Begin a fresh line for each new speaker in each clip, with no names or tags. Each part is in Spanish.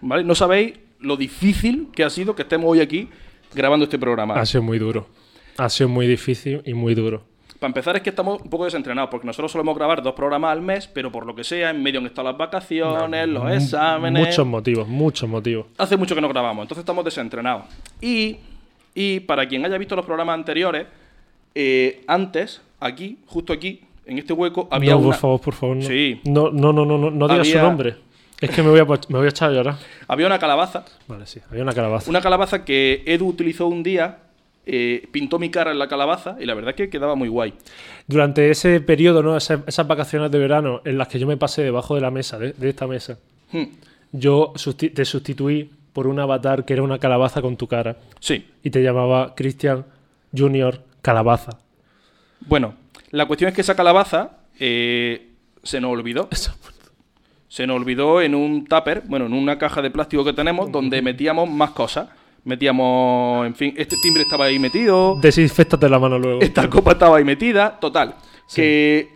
¿vale? No sabéis lo difícil que ha sido que estemos hoy aquí grabando este programa.
Ha sido muy duro. Ha sido muy difícil y muy duro.
Para empezar es que estamos un poco desentrenados, porque nosotros solemos grabar dos programas al mes, pero por lo que sea, en medio han estado las vacaciones, los exámenes...
Muchos motivos, muchos motivos.
Hace mucho que no grabamos, entonces estamos desentrenados. Y, y para quien haya visto los programas anteriores, eh, antes, aquí, justo aquí, en este hueco, había
no,
una...
por favor, por favor. No.
Sí.
No, no, no, no, no, no digas
Había-
su nombre. Es que me voy, a, po- me voy a echar a llorar.
Había una calabaza,
Vale, sí. Había una calabaza.
una calabaza que Edu utilizó un día, eh, pintó mi cara en la calabaza y la verdad es que quedaba muy guay.
Durante ese periodo, ¿no? Esa- Esas, vacaciones de verano en las que yo me pasé debajo de la mesa, de, de esta mesa,
Hmm,
yo susti- te sustituí por un avatar que era una calabaza con tu cara.
Sí,
Y te llamaba Christian Junior Calabaza.
bueno, la cuestión es que esa calabaza eh, se nos olvidó. Se nos olvidó en un tupper, bueno, en una caja de plástico que tenemos, donde metíamos más cosas. Metíamos, en fin, este timbre estaba ahí metido,
Desinféctate la mano luego.
esta copa estaba ahí metida, total. Que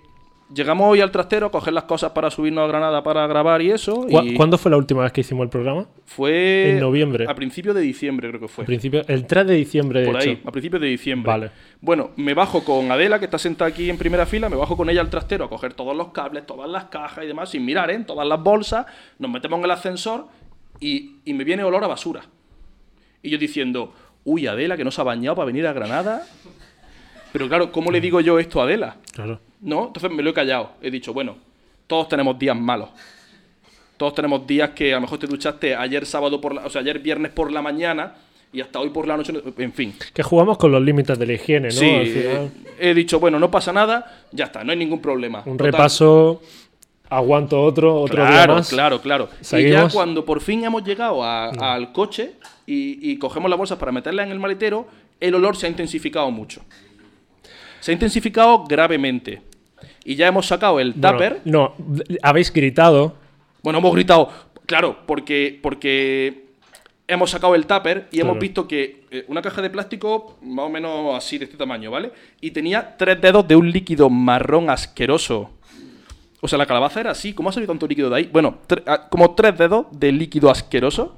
llegamos hoy al trastero a coger las cosas para subirnos a Granada para grabar y eso.
¿Cu-
y
¿Cuándo fue la última vez que hicimos el programa?
Fue.
En noviembre.
A principios de diciembre, creo que fue.
Al principio, el 3 de diciembre, de
Pues, Por ahí,
hecho.
a principios de diciembre.
Vale.
Bueno, me bajo con Adela, que está sentada aquí en primera fila, me bajo con ella al trastero a coger todos los cables, todas las cajas y demás, sin mirar, ¿eh? En Todas las bolsas, nos metemos en el ascensor y, y me viene olor a basura. Y yo diciendo, uy, Adela, que no se ha bañado para venir a Granada. Pero claro, ¿cómo le digo yo esto a Adela?
Claro.
¿No? Entonces me lo he callado. He dicho, bueno, todos tenemos días malos. Todos tenemos días que a lo mejor te duchaste ayer sábado por la, o sea, ayer viernes por la mañana y hasta hoy por la noche, no- en fin.
Que jugamos con los límites de la higiene, ¿no?
Sí,
Al final,
eh, he dicho, bueno, no pasa nada, ya está, no hay ningún problema.
un
Total,
repaso, aguanto otro, otro
claro,
día más.
Claro, claro. Y ya
Seguimos. Mm.
cuando por fin hemos llegado a- al coche y, y cogemos las bolsas para meterlas en el maletero, el olor se ha intensificado mucho. Se ha intensificado gravemente. Y ya hemos sacado el
Bueno,
tupper.
no, habéis gritado.
Bueno, hemos gritado, claro, porque, porque hemos sacado el tupper y hemos
Claro.
visto que eh, una caja de plástico más o menos así, de este tamaño, ¿vale? Y tenía tres dedos de un líquido marrón asqueroso. O sea, la calabaza era así. ¿Cómo ha salido tanto líquido de ahí? Bueno, tre- ah, como tres dedos de líquido asqueroso.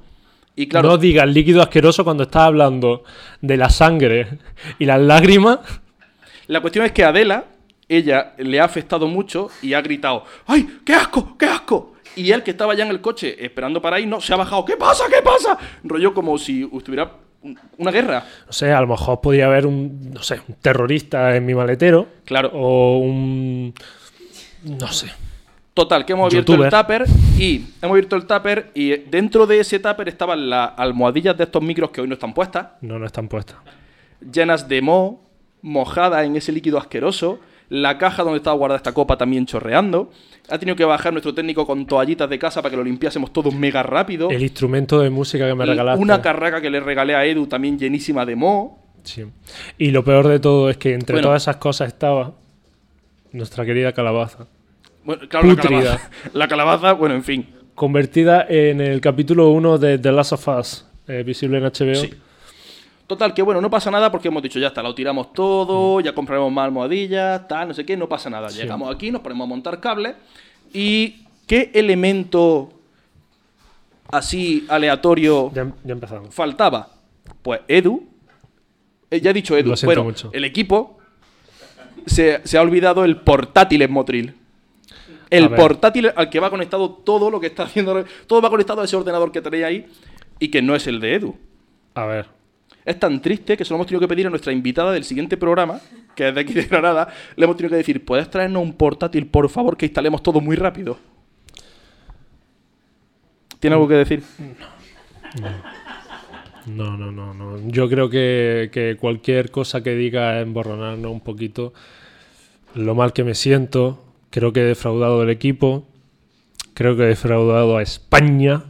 Y claro,
No digas líquido asqueroso cuando estás hablando de la sangre y las lágrimas.
la cuestión es que a Adela, ella le ha afectado mucho y ha gritado, ¡ay, qué asco, qué asco! Y él que estaba ya en el coche esperando para irnos, se ha bajado, ¿qué pasa, qué pasa? Rollo como si estuviera un- una guerra.
No sé, a lo mejor podía haber un, no sé, un terrorista en mi maletero.
Claro.
O un. No sé.
Total, que hemos abierto el
Youtuber.
tupper y hemos abierto el tupper y dentro de ese tupper estaban las almohadillas de estos micros que hoy no están puestas,
No, no están puestas.
llenas de moho, mojadas en ese líquido asqueroso, la caja donde estaba guardada esta copa también chorreando. Ha tenido que bajar nuestro técnico con toallitas de casa para que lo limpiásemos todo mega rápido.
El instrumento de música que me
Oh. Y
regalaste.
una carraca que le regalé a Edu también llenísima de moho.
Sí. Y lo peor de todo es que entre
Bueno.
todas esas cosas estaba nuestra querida calabaza.
Bueno, claro, la
Pútrida.
calabaza, la calabaza, bueno, en fin.
Convertida en el capítulo 1 de The Last of Us, eh, visible en HBO.
Sí. Total, que bueno, no pasa nada porque hemos dicho, ya está, lo tiramos todo, ya compraremos más almohadillas, tal, no sé qué, no pasa nada. Llegamos aquí, nos ponemos a montar cables. ¿Y qué elemento así aleatorio
Ya, ya empezamos.
faltaba? Pues Edu, eh, ya he dicho Edu,
Lo siento
bueno,
mucho.
el equipo se, se ha olvidado el portátil en Motril. El
A ver.
portátil al que va conectado todo lo que está haciendo, todo va conectado a ese ordenador que tenéis ahí y que no es el de Edu.
A ver.
Es tan triste que solo hemos tenido que pedir a nuestra invitada del siguiente programa, que es de aquí de Granada, le hemos tenido que decir, ¿puedes traernos un portátil, por favor, que instalemos todo muy rápido? ¿Tiene algo que decir?
No, no, no, no. Yo creo que, que cualquier cosa que diga es emborronarnos un poquito. Lo mal que me siento. Creo que he defraudado al equipo. Creo que he defraudado a España.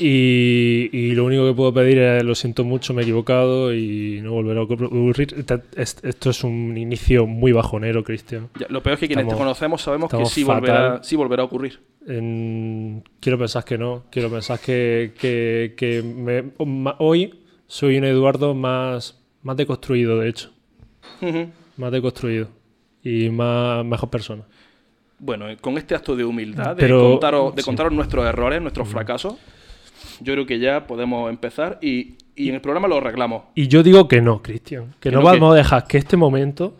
Y, y lo único que puedo pedir es lo siento mucho, me he equivocado y no volverá a ocurrir. Te- es- Esto es un inicio muy bajonero, Cristian.
Ya, lo peor es que quienes te
Estamos-
conocemos sabemos que
estamos
sí volverá,
fatal.
sí volverá a ocurrir.
En- quiero pensar que no. Quiero pensar que, que- que me- o- ma- hoy soy un Eduardo más, más deconstruido, de hecho.
Ujú.
Más deconstruido. Y más mejor persona.
Bueno, eh, con este acto de humildad, de,
Pero-
contaros, de
sí.
contaros nuestros errores, nuestros fracasos, yo creo que ya podemos empezar y, y en el programa lo arreglamos.
Y yo digo que no, Cristian.
Que
Que no
no, que-
vamos a dejar que este momento.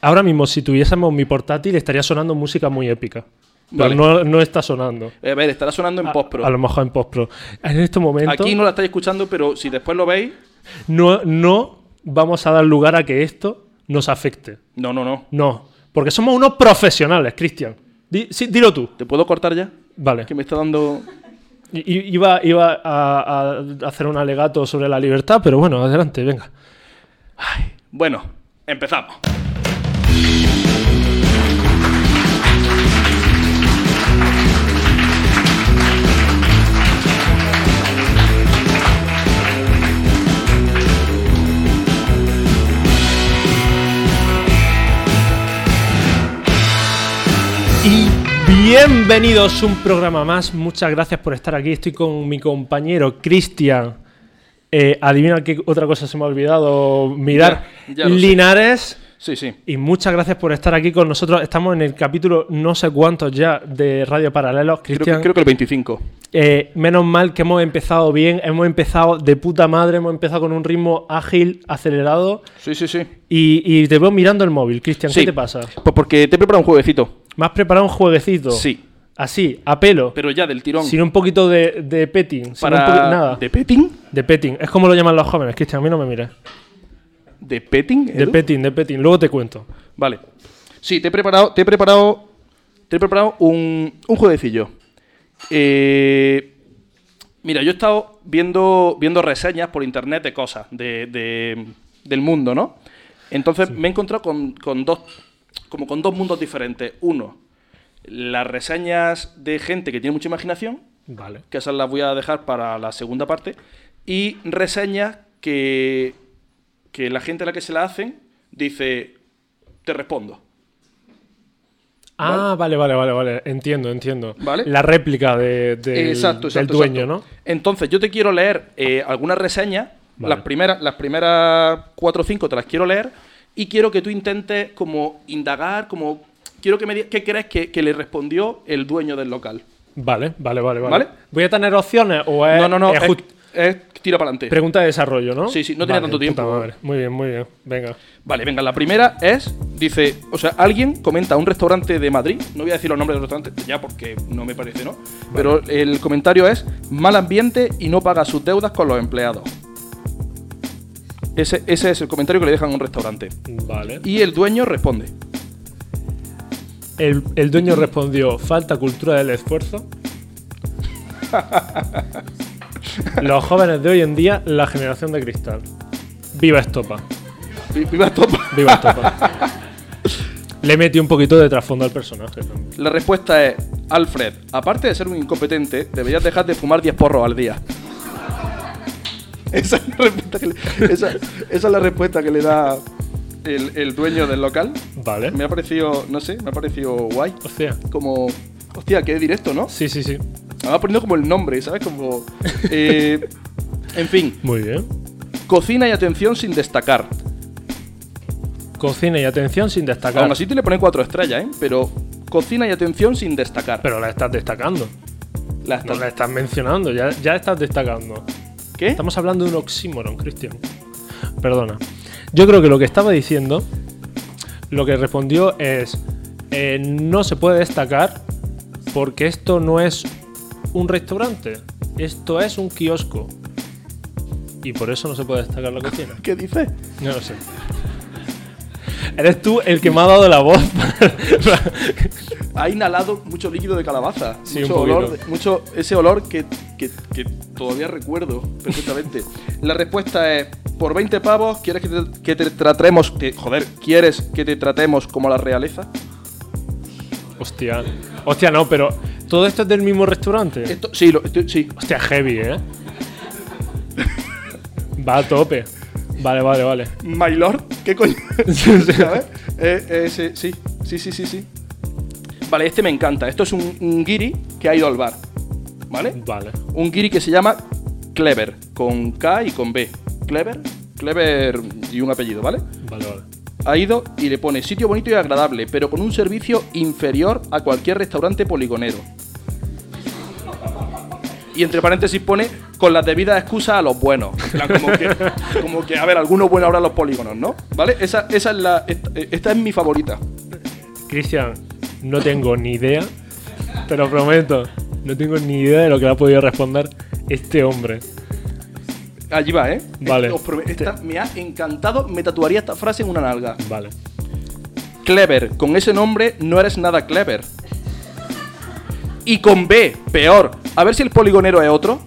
Ahora mismo, si tuviésemos mi portátil, estaría sonando música muy épica. Pero
Vale.
no, no está sonando.
Eh, A ver, estará sonando en
A-
postpro.
A, lo mejor en postpro. En este momento
Aquí
no...
no la estáis escuchando, pero si después lo veis,
No, vamos a dar lugar a que esto nos afecte.
no, no, no.
No. Porque somos unos profesionales, Cristian. Di- sí, dilo tú.
¿Te puedo cortar ya?
Vale.
Que me está dando...
I- i- Iba, iba a, a hacer un alegato sobre la libertad, pero bueno, adelante, venga.
Bueno, empezamos.
Y bienvenidos a un programa más. Muchas gracias por estar aquí. Estoy con mi compañero Cristian. Eh, adivina qué otra cosa se me ha olvidado mirar.
Ya, ya lo sé.
Linares.
Sí, sí.
Y muchas gracias por estar aquí con nosotros. Estamos en el capítulo no sé cuántos ya de Radio Paralelos.
Creo,
Cristian,
que- creo que el 25.
eh, menos mal que hemos empezado bien. Hemos empezado de puta madre. Hemos empezado con un ritmo ágil, acelerado.
Sí, sí, sí.
Y, y te veo mirando el móvil, Cristian. ¿Qué
Sí.
te pasa?
Pues porque te he preparado un jueguecito.
¿Me has preparado un jueguecito?
Sí.
Así, a pelo.
Pero ya del tirón.
Sin un poquito de, de petting. Sin un poqui-
para...
nada.
¿De
De...
petting?
petting. Es como lo llaman los jóvenes, Cristian. A mí no me mires.
¿De petting?
De
Edu?
petting, de petting. Luego te cuento.
Vale. Sí, te he preparado, te he preparado, te he preparado un, un jueguecillo. Eh, mira, yo he estado viendo, viendo reseñas por internet de cosas de, de- del mundo, ¿no? Entonces me he encontrado con, con dos, como con dos mundos diferentes. Uno, las reseñas de gente que tiene mucha imaginación,
Vale.
que esas las voy a dejar para la segunda parte, y reseñas que, que la gente a la que se la hacen dice, te respondo.
Ah, vale, vale, vale, vale. Entiendo, entiendo.
Vale.
La réplica de, del-
exacto,
del
exacto,
dueño,
exacto.
¿no?
Entonces, yo te quiero leer eh, algunas reseñas,
Vale.
las, primeras, las primeras cuatro o cinco te las quiero leer, y quiero que tú intentes como indagar, como... Quiero que me digas qué crees que, que le respondió el dueño del local.
Vale, vale, vale, vale.
¿Vale?
¿Voy a tener opciones o es,
no, no, no,
es
es,
ju-
es tira para adelante.
pregunta de desarrollo, no?
Sí, sí, no tenía tanto
puta
tiempo.
madre. Muy bien, muy bien. Venga.
Vale, venga, la primera es, dice, o sea, alguien comenta un restaurante de Madrid, no voy a decir los nombres de los restaurantes ya porque no me parece, ¿no? Pero el comentario es, mal ambiente y no paga sus deudas con los empleados. Ese, ese es el comentario que le dejan a un restaurante.
Vale.
Y el dueño responde,
El, el dueño respondió, falta cultura del esfuerzo. Los jóvenes de hoy en día, la generación de cristal. Viva Estopa,
"Vi- viva Estopa".
viva Estopa. Le metí un poquito de trasfondo al personaje. también.
La respuesta es, Alfred, aparte de ser un incompetente, deberías dejar de fumar 10 porros al día. Esa es la respuesta que le, esa- esa es la respuesta que le da ¿Eh? el- el dueño del local.
Vale.
Me ha parecido, no sé, me ha parecido guay.
Hostia.
Como, hostia, qué directo, ¿no?
Sí, sí, sí.
Me ha poniendo como el nombre, ¿sabes? Como. eh, en fin,
Muy bien.
cocina y atención sin destacar.
Cocina y atención sin destacar.
Aún así te le ponen cuatro estrellas, ¿eh? Pero cocina y atención sin destacar.
Pero la estás destacando.
La
No
esta-
la estás mencionando, ya, ya estás destacando.
¿Qué?
Estamos hablando de un oxímoron, Cristian. Perdona. Yo creo que lo que estaba diciendo, lo que respondió es, eh, no se puede destacar porque esto no es un restaurante, esto es un kiosco. Y por eso no se puede destacar la cocina.
¿Qué dices?
No lo sé. Eres tú el que me ha dado la voz.
Ha inhalado mucho líquido de calabaza.
Sí,
mucho
un poquito.
olor, de- mucho ese olor que, que- que todavía recuerdo perfectamente. La respuesta es: por 20 pavos, ¿quieres que te, que te tratemos. te- joder, ¿quieres que te tratemos como la realeza?
Hostia. Hostia, no, pero todo esto es del mismo restaurante.
Esto- sí, lo- estoy- sí.
Hostia, heavy, ¿eh? Va a tope. Vale, vale, vale.
My Lord, ¿qué coño? ¿Sabes? Eh, eh, sí, sí, sí, sí, sí, sí. Vale, este me encanta. Esto es un, un guiri que ha ido al bar. ¿Vale?
Vale.
Un guiri que se llama Clever, con K y con B. Clever, Clever y un apellido, ¿vale?
Vale, vale.
ha ido y le pone sitio bonito y agradable, pero con un servicio inferior a cualquier restaurante poligonero. Y entre paréntesis pone con las debidas excusas a los buenos. En plan, como, que, como que, a ver, algunos buenos habrá en los polígonos, ¿no? ¿Vale? Esa, esa es la, esta, esta es mi favorita.
Cristian, no tengo ni idea, te lo prometo, no tengo ni idea de lo que le ha podido responder este hombre.
Allí va, ¿eh?
Vale.
Este, esta me ha encantado, me tatuaría esta frase en una nalga.
Vale.
Clever, con ese nombre no eres nada clever. Y con B, peor. A ver si el poligonero es otro.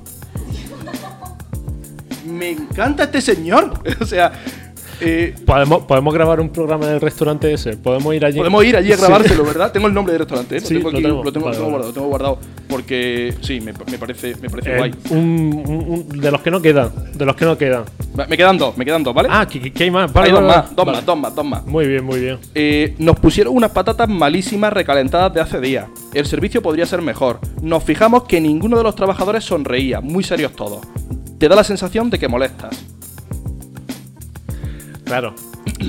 Me encanta este señor. o sea, eh,
¿Podemos, ¿Podemos grabar un programa en el restaurante ese? ¿Podemos ir allí?
Podemos ir allí a grabárselo, sí. ¿verdad? Tengo el nombre del restaurante, ¿eh? lo, sí, tengo aquí, lo, tengo, lo tengo, vale, tengo vale. guardado, lo tengo guardado. Porque sí, me, me parece, me parece
eh,
guay.
Un, un, un, de los que no queda, de los que no queda.
Me quedan dos, me quedan dos, ¿vale?
Ah, que, que hay más,
vale, hay dos, más, dos más, dos más, dos más.
Muy bien, muy bien.
Eh, nos pusieron unas patatas malísimas recalentadas de hace días. El servicio podría ser mejor. Nos fijamos que ninguno de los trabajadores sonreía, muy serios todos. Te da la sensación de que molestas.
Claro.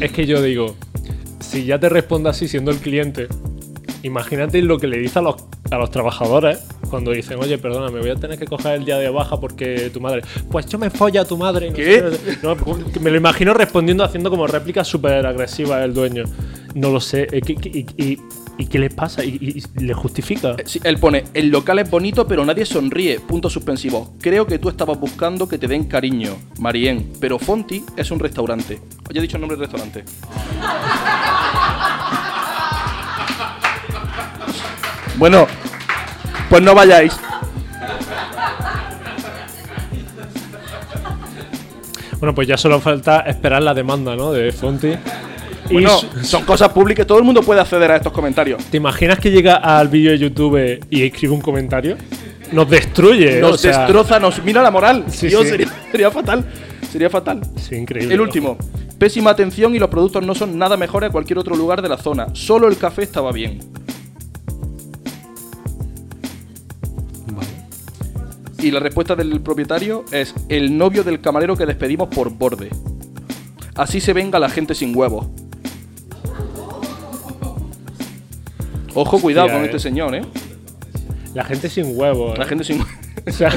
Es que yo digo, si ya te respondo así siendo el cliente, imagínate lo que le dice a los, a los trabajadores cuando dicen, oye, perdona, me voy a tener que coger el día de baja porque tu madre. Pues yo me follo a tu madre. No
¿Qué?
Sé, no, pues, me lo imagino respondiendo haciendo como réplica súper agresiva el dueño. No lo sé. ¿Y, y, y, y qué les pasa? ¿Y, le justifica?
Eh, Sí, él pone, el local es bonito, pero nadie sonríe. Punto suspensivo. Creo que tú estabas buscando que te den cariño, Marien. Pero Fonti es un restaurante. Oye, he dicho el nombre del restaurante. bueno, pues no vayáis.
Bueno, pues ya solo falta esperar la demanda, ¿no? De Fonti.
Bueno, son cosas públicas, todo el mundo puede acceder a estos comentarios.
¿Te imaginas que llega al vídeo de YouTube y escribe un comentario? Nos destruye,
Nos
Eh, o sea...
destroza, nos mira la moral.
Sí,
Dios,
sí.
Sería, sería, fatal. Sería fatal.
Sí, increíble.
El último. Pésima atención y los productos no son nada mejores a cualquier otro lugar de la zona. Solo el café estaba bien.
Vale.
Y la respuesta del propietario es el novio del camarero que despedimos por borde. Así se venga la gente sin huevos. Ojo, cuidado
Hostia,
con
eh.
este señor, ¿eh?
La gente sin huevo. ¿eh?
La gente sin...
O sea,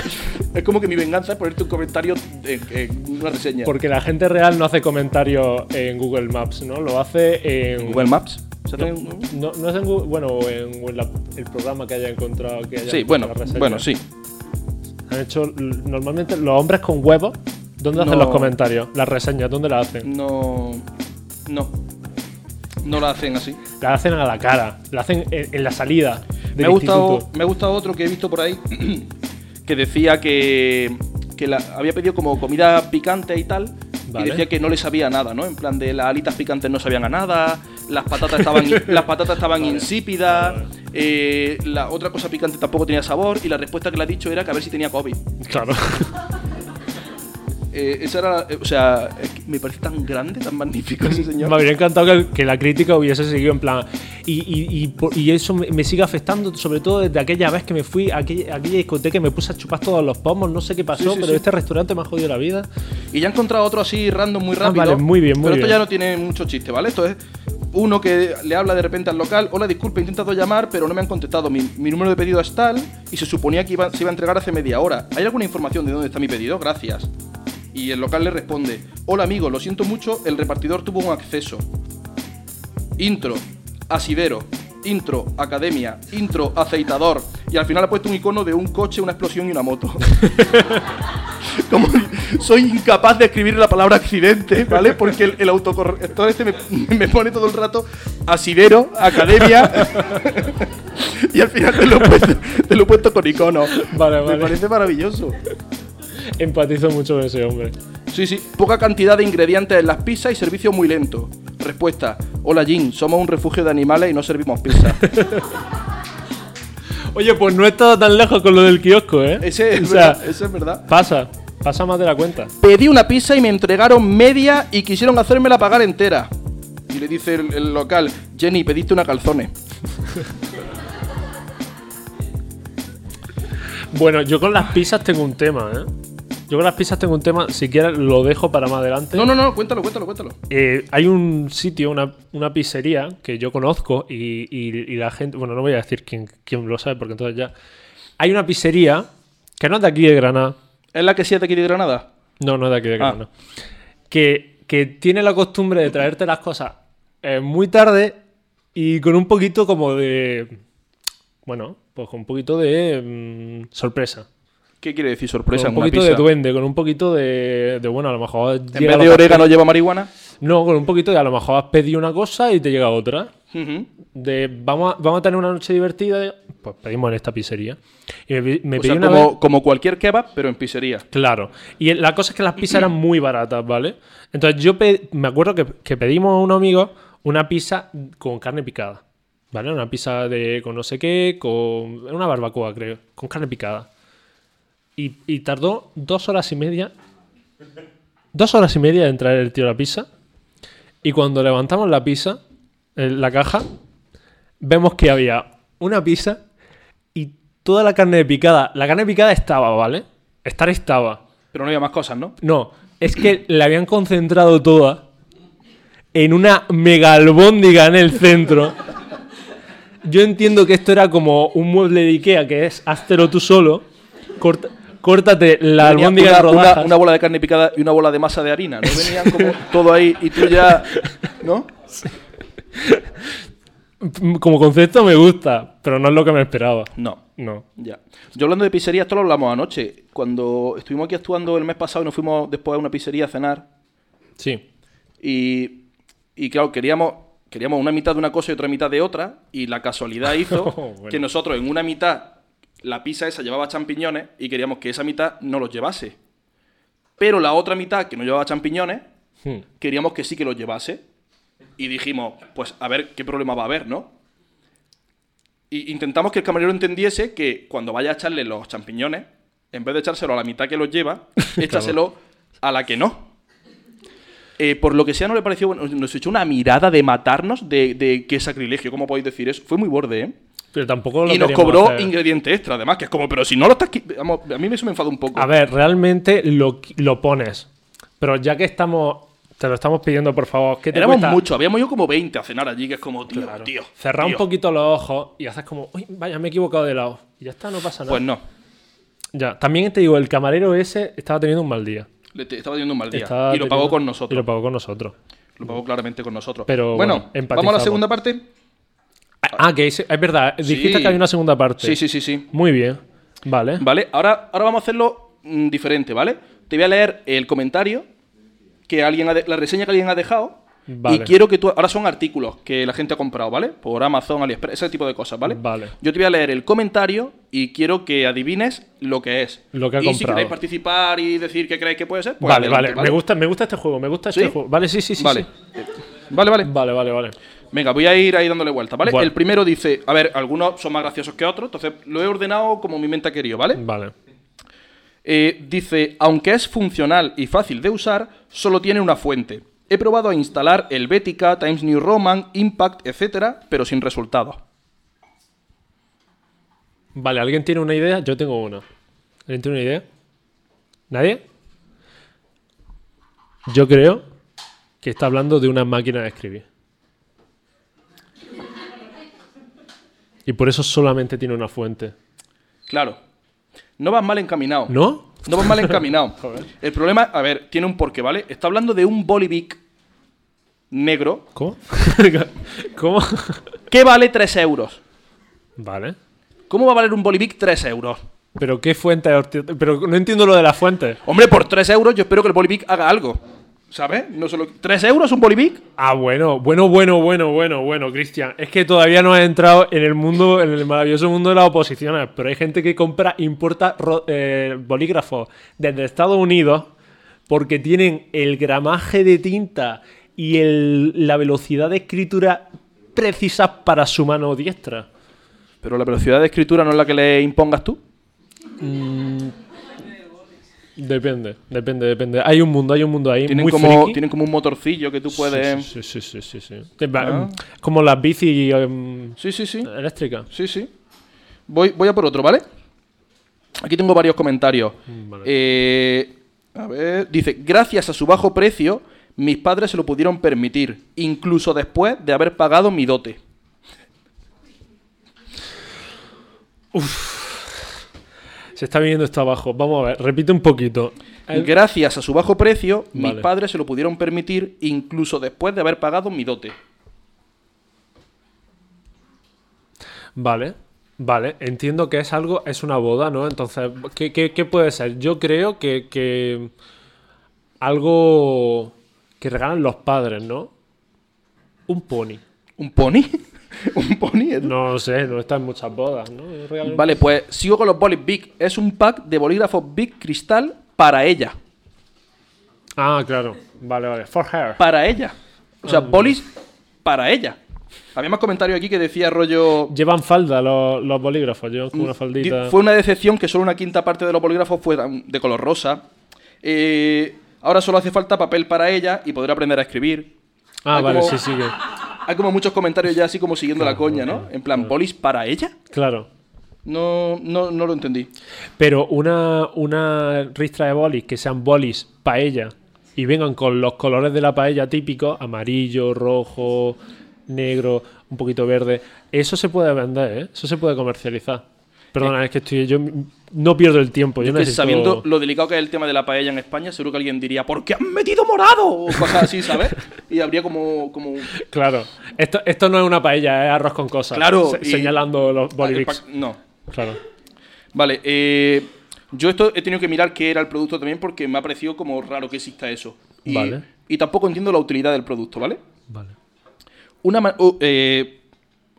es como que mi venganza es ponerte un comentario en, en una reseña.
porque la gente real no hace comentarios en Google Maps, ¿no? Lo hace en.
Google Maps. ¿Se hace
No,
un-
no, no es en Google. Bueno, en la- el programa que haya encontrado. Que haya
Sí,
encontrado
bueno,
la reseña.
bueno, sí.
Han hecho l- normalmente los hombres con huevos. ¿Dónde hacen
No. Mm.
los comentarios? Las reseñas, ¿dónde las hacen?
No. No. No la hacen así.
Las hacen a la cara. Las hacen en, en la salida.
Me
del
ha, gustado,
instituto.
me ha gustado otro que he visto por ahí que decía que, que la- había pedido como comida picante y tal. Y
Vale.
decía que no le sabía nada, ¿no? En plan de las alitas picantes no sabían a nada, las patatas estaban, las patatas estaban insípidas, eh, la otra cosa picante tampoco tenía sabor y la respuesta que le ha dicho era que a ver si tenía COVID.
Claro.
Eh, esa era, eh, o sea, es que me parece tan grande, tan magnífico ese señor.
Me habría encantado que, que la crítica hubiese seguido en plan. Y, y- y por- y eso me, me sigue afectando, sobre todo desde aquella vez que me fui a aquella, a aquella discoteca y me puse a chupar todos los pomos. No sé qué pasó,
Sí, sí,
pero
sí.
este restaurante me ha jodido la vida.
Y ya he encontrado otro así random muy
Ah,
rápido.
vale, muy bien, muy
Pero esto
bien.
ya no tiene mucho chiste, ¿vale? Esto es uno que le habla de repente al local. Hola, disculpe, he intentado llamar, pero no me han contestado. Mi, mi número de pedido es tal y se suponía que iba- se iba a entregar hace media hora. ¿Hay alguna información de dónde está mi pedido? Gracias. Y el local le responde: Hola, amigo, lo siento mucho, el repartidor tuvo un acceso. Intro, asidero. Intro, academia. Intro, aceitador. Y al final ha puesto un icono de un coche, una explosión y una moto. Como soy incapaz de escribir la palabra accidente, ¿vale? Porque el, el autocorrector este me, me pone todo el rato asidero, academia. y al final te lo he puesto, te lo he puesto con icono.
Vale,
Me
vale.
parece maravilloso.
Empatizo mucho con ese hombre.
Sí, sí. Poca cantidad de ingredientes en las pizzas y servicio muy lento. Respuesta. Hola, Jim. Somos un refugio de animales y no servimos pizza.
Oye, pues no he estado tan lejos con lo del kiosco, ¿eh?
Ese es
O sea,
verdad, ese es verdad.
pasa. Pasa más de la cuenta.
Pedí una pizza y me entregaron media y quisieron hacérmela pagar entera. Y le dice el, el local, Jenny, pediste una calzone.
Bueno, yo con las pizzas tengo un tema, ¿eh? Yo con las pizzas tengo un tema, si quieres lo dejo para más adelante.
No, no, no, cuéntalo, cuéntalo, cuéntalo.
Eh, hay un sitio, una, una pizzería que yo conozco y, y- y la gente, bueno, no voy a decir quién, quién lo sabe porque entonces ya... Hay una pizzería que no es de aquí de Granada,
¿Es la que sí es de aquí de Granada?
no, no es de
Ah.
aquí de Granada, que, que tiene la costumbre de traerte las cosas eh, muy tarde y con un poquito como de... Bueno, pues con un poquito de mm, sorpresa.
¿Qué quiere decir sorpresa
Con
en
un
una
poquito
pizza?
de duende, con un poquito de, de, bueno, a lo mejor...
En vez de orégano lleva marihuana.
No, con un poquito de a lo mejor has pedido una cosa y te llega otra.
Ujú.
De vamos a, vamos a tener una noche divertida, pues pedimos en esta pizzería. Y me, pi- me
O
pedí
sea,
una
como,
vez-
como cualquier kebab, pero en pizzería.
Claro. Y la cosa es que las pizzas eran muy baratas, ¿vale? Entonces yo pe- me acuerdo que, que pedimos a un amigo una pizza con carne picada. ¿Vale? Una pizza de con no sé qué, con era una barbacoa, creo, con carne picada. Y, y tardó dos horas y media. Dos horas y media en traer el tío la pizza. Y cuando levantamos la pizza, eh, la caja, vemos que había una pizza y toda la carne picada. La carne picada estaba, ¿vale? Estar estaba.
Pero no había más cosas, ¿no?
No, es que la habían concentrado toda en una mega albóndiga en el centro. Yo entiendo que esto era como un mueble de Ikea que es háztelo tú solo. corta- córtate la
Venía
albóndiga en
una, una-
rodajas.
una bola de carne picada y una bola de masa de harina. No venían como todo ahí y tú ya. ¿No?
Mm, Como concepto me gusta, pero no es lo que me esperaba.
No.
No.
Ya. Yo hablando de pizzería, esto lo hablamos anoche. Cuando estuvimos aquí actuando el mes pasado y nos fuimos después a una pizzería a cenar.
Sí.
Y, y claro, queríamos, queríamos una mitad de una cosa y otra mitad de otra. Y la casualidad hizo
Bueno.
que nosotros en una mitad la pizza esa llevaba champiñones y queríamos que esa mitad no los llevase. Pero la otra mitad que no llevaba champiñones,
Hmm.
queríamos que sí que los llevase. Y dijimos, pues a ver qué problema va a haber, ¿no? Y intentamos que el camarero entendiese que cuando vaya a echarle los champiñones, en vez de echárselo a la mitad que los lleva, échaselo a la que no. Eh, por lo que sea, no le pareció bueno. Nos echó una mirada de matarnos, de, de qué sacrilegio, ¿cómo podéis decir eso? Fue muy borde, ¿eh?
Pero tampoco lo
Y nos
queríamos
cobró
hacer.
ingrediente extra, además, que es como, pero si no lo estás. qui- vamos, a mí eso me enfada un poco.
A ver, realmente lo, qui- lo pones. Pero ya que estamos. Te lo estamos pidiendo, por favor. ¿qué te
Éramos
cuesta?
muchos, habíamos ido como 20 a cenar allí, que es como, tío,
Claro.
tío.
Cerrar un
tío.
poquito los ojos y haces como, uy, vaya, me he equivocado de lado. Y ya está, no pasa nada.
Pues no.
Ya, también te digo, el camarero ese estaba teniendo un mal día.
Le te- estaba teniendo un mal día.
Estaba
y lo pagó
teniendo-
con
Y
nosotros.
lo pagó con nosotros.
Lo pagó claramente con nosotros.
Pero
bueno,
bueno,
vamos a la
empatizamos.
segunda parte.
Ah, que ese- es verdad, dijiste
Sí.
que hay una segunda parte.
Sí, sí, sí, sí.
Muy bien. Vale.
Vale, ahora, ahora vamos a hacerlo mm, diferente, ¿vale? Te voy a leer el comentario que alguien ha de- la reseña que alguien ha dejado. Y
Vale.
quiero que tú. Ahora son artículos que la gente ha comprado, ¿vale? Por Amazon, AliExpress, ese tipo de cosas, ¿vale?
Vale.
Yo te voy a leer el comentario y quiero que adivines lo que es.
Lo que ha
y si
comprado.
queréis participar y decir qué creéis que puede ser, pues
vale,
adelante,
vale. Me gusta, me gusta este juego, me gusta
¿Sí?
este juego. Vale, sí, sí, sí.
Vale.
sí.
Vale, vale.
Vale, vale, vale.
Venga, voy a ir ahí dándole vueltas, ¿vale?
Bueno.
El primero dice, a ver, algunos son más graciosos que otros, entonces lo he ordenado como mi mente ha querido, ¿vale?
Vale.
Eh, dice, aunque es funcional y fácil de usar, solo tiene una fuente. He probado a instalar Helvetica, Times New Roman, Impact, etcétera, pero sin resultados.
Vale, ¿alguien tiene una idea? Yo tengo una. ¿Alguien tiene una idea? ¿Nadie? Yo creo que está hablando de una máquina de escribir. Y por eso solamente tiene una fuente.
Claro. No vas mal encaminado.
¿No?
No vas mal encaminado. El problema, a ver, tiene un porqué, ¿vale? Está hablando de un Bolivic negro
¿Cómo? ¿Cómo?
que vale 3 euros.
vale.
¿Cómo va a valer un Bolivic 3 euros?
¿Pero qué fuente? Orti- Pero no entiendo lo de la fuente.
Hombre, por 3 euros yo espero que el Bolivic haga algo. ¿Sabes? No solo... ¿3 euros un Bolivic?
Ah, bueno, bueno, bueno, bueno, bueno, bueno, Cristian. Es que todavía no has entrado en el mundo, en el maravilloso mundo de las oposiciones, pero hay gente que compra, importa ro- eh, bolígrafos desde Estados Unidos porque tienen el gramaje de tinta y el- la velocidad de escritura precisas para su mano diestra.
Pero la velocidad de escritura no es la que le impongas tú.
Depende, depende, depende. Hay un mundo, hay un mundo ahí.
Tienen,
muy
como,
friki.
tienen como un motorcillo que tú puedes...
Sí, sí, sí, sí, sí, sí. Va,
Ah.
mm, Como las bici em,
Sí, sí, sí.
eléctricas.
Sí, sí. Voy, voy a por otro, ¿vale? Aquí tengo varios comentarios.
Mm, Vale.
Eh, A ver, dice, gracias a su bajo precio, mis padres se lo pudieron permitir, incluso después de haber pagado mi dote.
Se está viniendo esto abajo. Vamos a ver, repite un poquito. El-
Gracias a su bajo precio,
Vale.
mis padres se lo pudieron permitir, incluso después de haber pagado mi dote.
Vale, vale. Entiendo que es algo, es una boda, ¿no? Entonces, ¿qué, qué- qué puede ser? Yo creo que, que algo que regalan los padres, ¿no? Un pony.
¿Un pony? ¿Un pony? Edu?
No sé, no está en muchas bodas, ¿no? Yo regalo un-
Vale, pues sigo con los bolis Big. Es un pack de bolígrafos Big Cristal para ella.
Ah, claro. Vale, vale. For her.
Para ella. O sea, bolis para ella. Había más comentarios aquí que decía rollo...
Llevan falda los, los bolígrafos, llevan como una faldita.
Fue una decepción que solo una quinta parte de los bolígrafos fueran de color rosa. Eh, ahora solo hace falta papel para ella y poder aprender a escribir.
Ah,
Hay
vale,
como-
sí, sí. que-
Hay como muchos comentarios ya así como siguiendo la coña, ¿no? En plan, ¿bolis para ella?
Claro.
No, no, no lo entendí.
Pero una, una ristra de bolis que sean bolis paella y vengan con los colores de la paella típicos, amarillo, rojo, negro, un poquito verde, eso se puede vender, ¿eh? eso se puede comercializar. Perdona, es que estoy, yo no pierdo el tiempo, yo
Que
necesito...
sabiendo lo delicado que es el tema de la paella en España, seguro que alguien diría, ¿por qué han metido morado? O cosas así, ¿sabes? Y habría como, como un-
Claro, esto, esto no es una paella, es arroz con cosas.
Claro,
Se-
y-
Señalando los
el
bolivics.
pack- No.
Claro.
Vale, eh, yo esto he tenido que mirar qué era el producto también porque me ha parecido como raro que exista eso. Y,
Vale.
y tampoco entiendo la utilidad del producto, ¿vale?
Vale.
Una ma- oh, eh,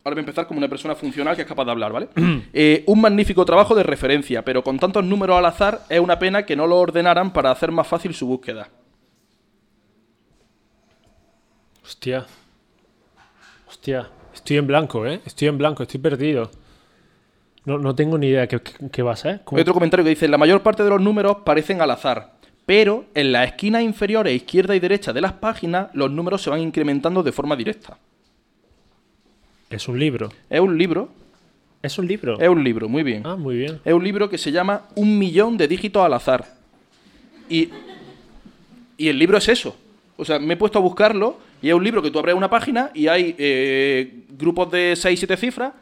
ahora voy a empezar como una persona funcional que es capaz de hablar, ¿vale? Eh, un magnífico trabajo de referencia, pero con tantos números al azar es una pena que no lo ordenaran para hacer más fácil su búsqueda.
Hostia. Hostia. Estoy en blanco, ¿eh? Estoy en blanco, estoy perdido. No, no tengo ni idea qué, qué- qué va a ser. ¿Cómo-
Hay otro comentario que dice, la mayor parte de los números parecen al azar, pero en las esquinas inferiores, e izquierda y derecha de las páginas, los números se van incrementando de forma directa.
Es un libro.
Es un libro,
Es un libro.
es un libro, muy bien.
Ah, muy bien.
Es un libro que se llama Un millón de dígitos al azar. Y, y el libro es eso. O sea, me he puesto a buscarlo y es un libro que tú abres una página y hay eh, grupos de 6, 7 cifras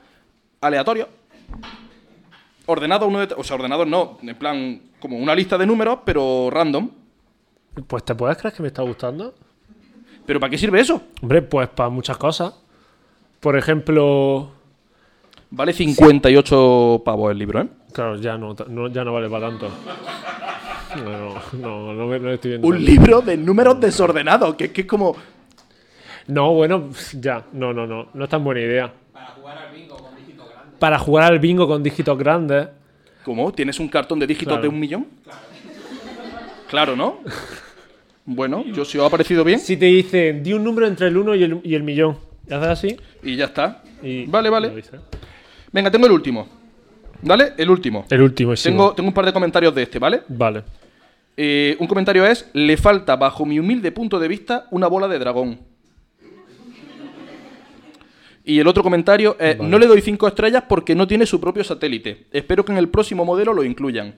aleatorios. Ordenados uno de... O sea, ordenados no, en plan como una lista de números, pero random.
Pues te puedes creer que me está gustando.
¿Pero para qué sirve eso?
Hombre, pues para muchas cosas. Por ejemplo.
Vale 58 pavos el libro, ¿eh?
Claro, ya no, ta- no- ya no vale para tanto. No, no, no, no me- no estoy viendo.
Un libro de números desordenados, que es que es como...
No, bueno, ya. No, no, no. No es tan buena idea. Para jugar al bingo con dígitos grandes. Para jugar al bingo con dígitos grandes.
¿Cómo? ¿Tienes un cartón de dígitos
Claro.
de un millón? Claro, ¿no? Bueno, yo si os ha parecido bien
Si te dicen, di un número entre el 1 y el, y el millón. Y haces así.
y ya está.
Y
Vale,
lo
vale.
dices.
Venga, tengo el último. ¿Vale? El último.
El último es
Tengo, tengo un par de comentarios de este, ¿vale?
Vale.
Eh, un comentario es, le falta, bajo mi humilde punto de vista, una bola de dragón. Y el otro comentario es, no le doy cinco estrellas porque no tiene su propio satélite. Espero que en el próximo modelo lo incluyan.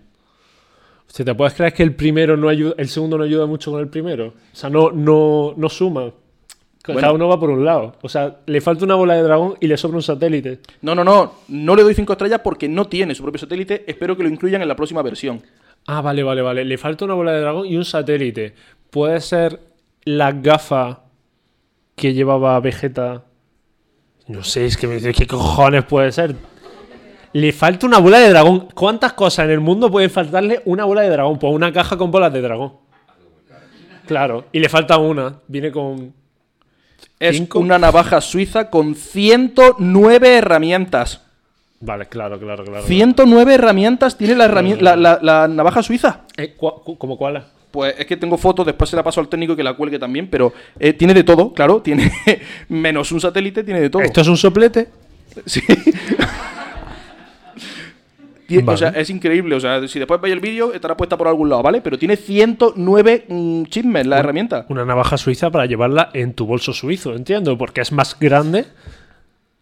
Si te puedes creer que el primero no ayuda, el segundo no ayuda mucho con el primero. O sea, no, no, no suman. Cada
Bueno.
uno va por un lado. O sea, le falta una bola de dragón y le sobra un satélite.
No, no, no, no le doy cinco estrellas porque no tiene su propio satélite. Espero que lo incluyan en la próxima versión.
Ah, vale, vale, vale. Le falta una bola de dragón y un satélite. Puede ser la gafa que llevaba Vegeta. No sé, es que me dice, ¿qué cojones puede ser? Le falta una bola de dragón. ¿Cuántas cosas en el mundo pueden faltarle una bola de dragón? Pues una caja con bolas de dragón. Claro, y le falta una. Viene con.
Es
Cinco.
una navaja suiza con 109 herramientas.
Vale, claro, claro, claro.
109 herramientas tiene la, herramien- la- la- la navaja suiza.
Eh, cua- cu- ¿Cómo cuál?
Pues es que tengo fotos, después se la paso al técnico que la cuelgue también, pero eh, tiene de todo, claro, tiene menos un satélite, tiene de todo.
¿Esto es un soplete?
Sí. Tie-
Vale.
O sea, es increíble. O sea, si después veis el vídeo, estará puesta por algún lado, ¿vale? Pero tiene 109 mm, chismes la herramienta.
Una navaja suiza para llevarla en tu bolso suizo, entiendo, porque es más grande.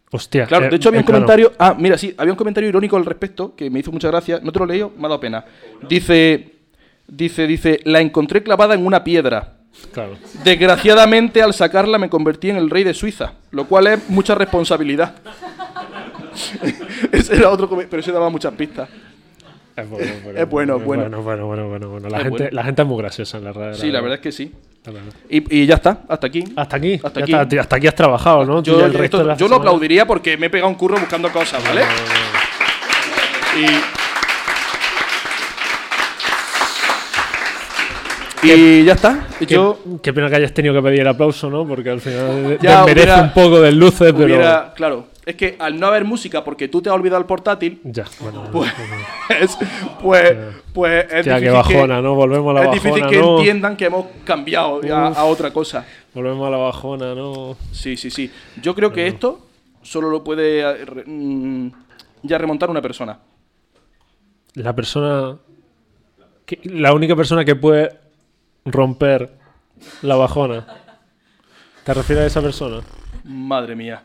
Hostia.
Claro,
eh,
de hecho había
eh,
un
claro.
comentario. Ah, mira, sí, había un comentario irónico al respecto que me hizo mucha gracia. No te lo he leído, me ha dado pena. Dice: Dice, dice, la encontré clavada en una piedra.
Claro.
Desgraciadamente, al sacarla me convertí en el rey de Suiza, lo cual es mucha responsabilidad. ese era otro, come- pero ese daba muchas pistas.
Es Eh, bueno,
Es bueno,
es bueno. es
bueno.
bueno, bueno, bueno, bueno, bueno. La,
Es
gente,
bueno.
la gente es muy graciosa en la radio.
Sí, la verdad es que sí.
la verdad.
Y, y ya está, hasta aquí.
Hasta aquí.
Hasta
ya
aquí.
está, tío, hasta aquí has trabajado, ¿no? Tú
Yo,
ya Ah, el
esto-
resto de la
yo lo
semana-
aplaudiría porque me he pegado un curro buscando cosas, ¿vale? Y, y ya está.
Qué,
Yo
qué pena que hayas tenido que pedir el aplauso, ¿no? Porque al final
Ya
merece
hubiera-
un poco del luces, pero.
hubiera- Claro, es que al no haber música porque tú te has olvidado el portátil,
Ya, bueno.
pues, pues, pues es
ya, qué
difícil que-
bajona, ¿no? Volvemos a la
es
bajona.
difícil que
¿no?
entiendan que hemos cambiado a, a otra cosa.
Volvemos a la bajona, ¿no?
Sí, sí, sí. Yo creo que esto solo lo puede eh, re- mm, ya remontar una persona.
La persona. que- la única persona que puede romper la bajona. ¿Te refieres a esa persona?
Madre mía.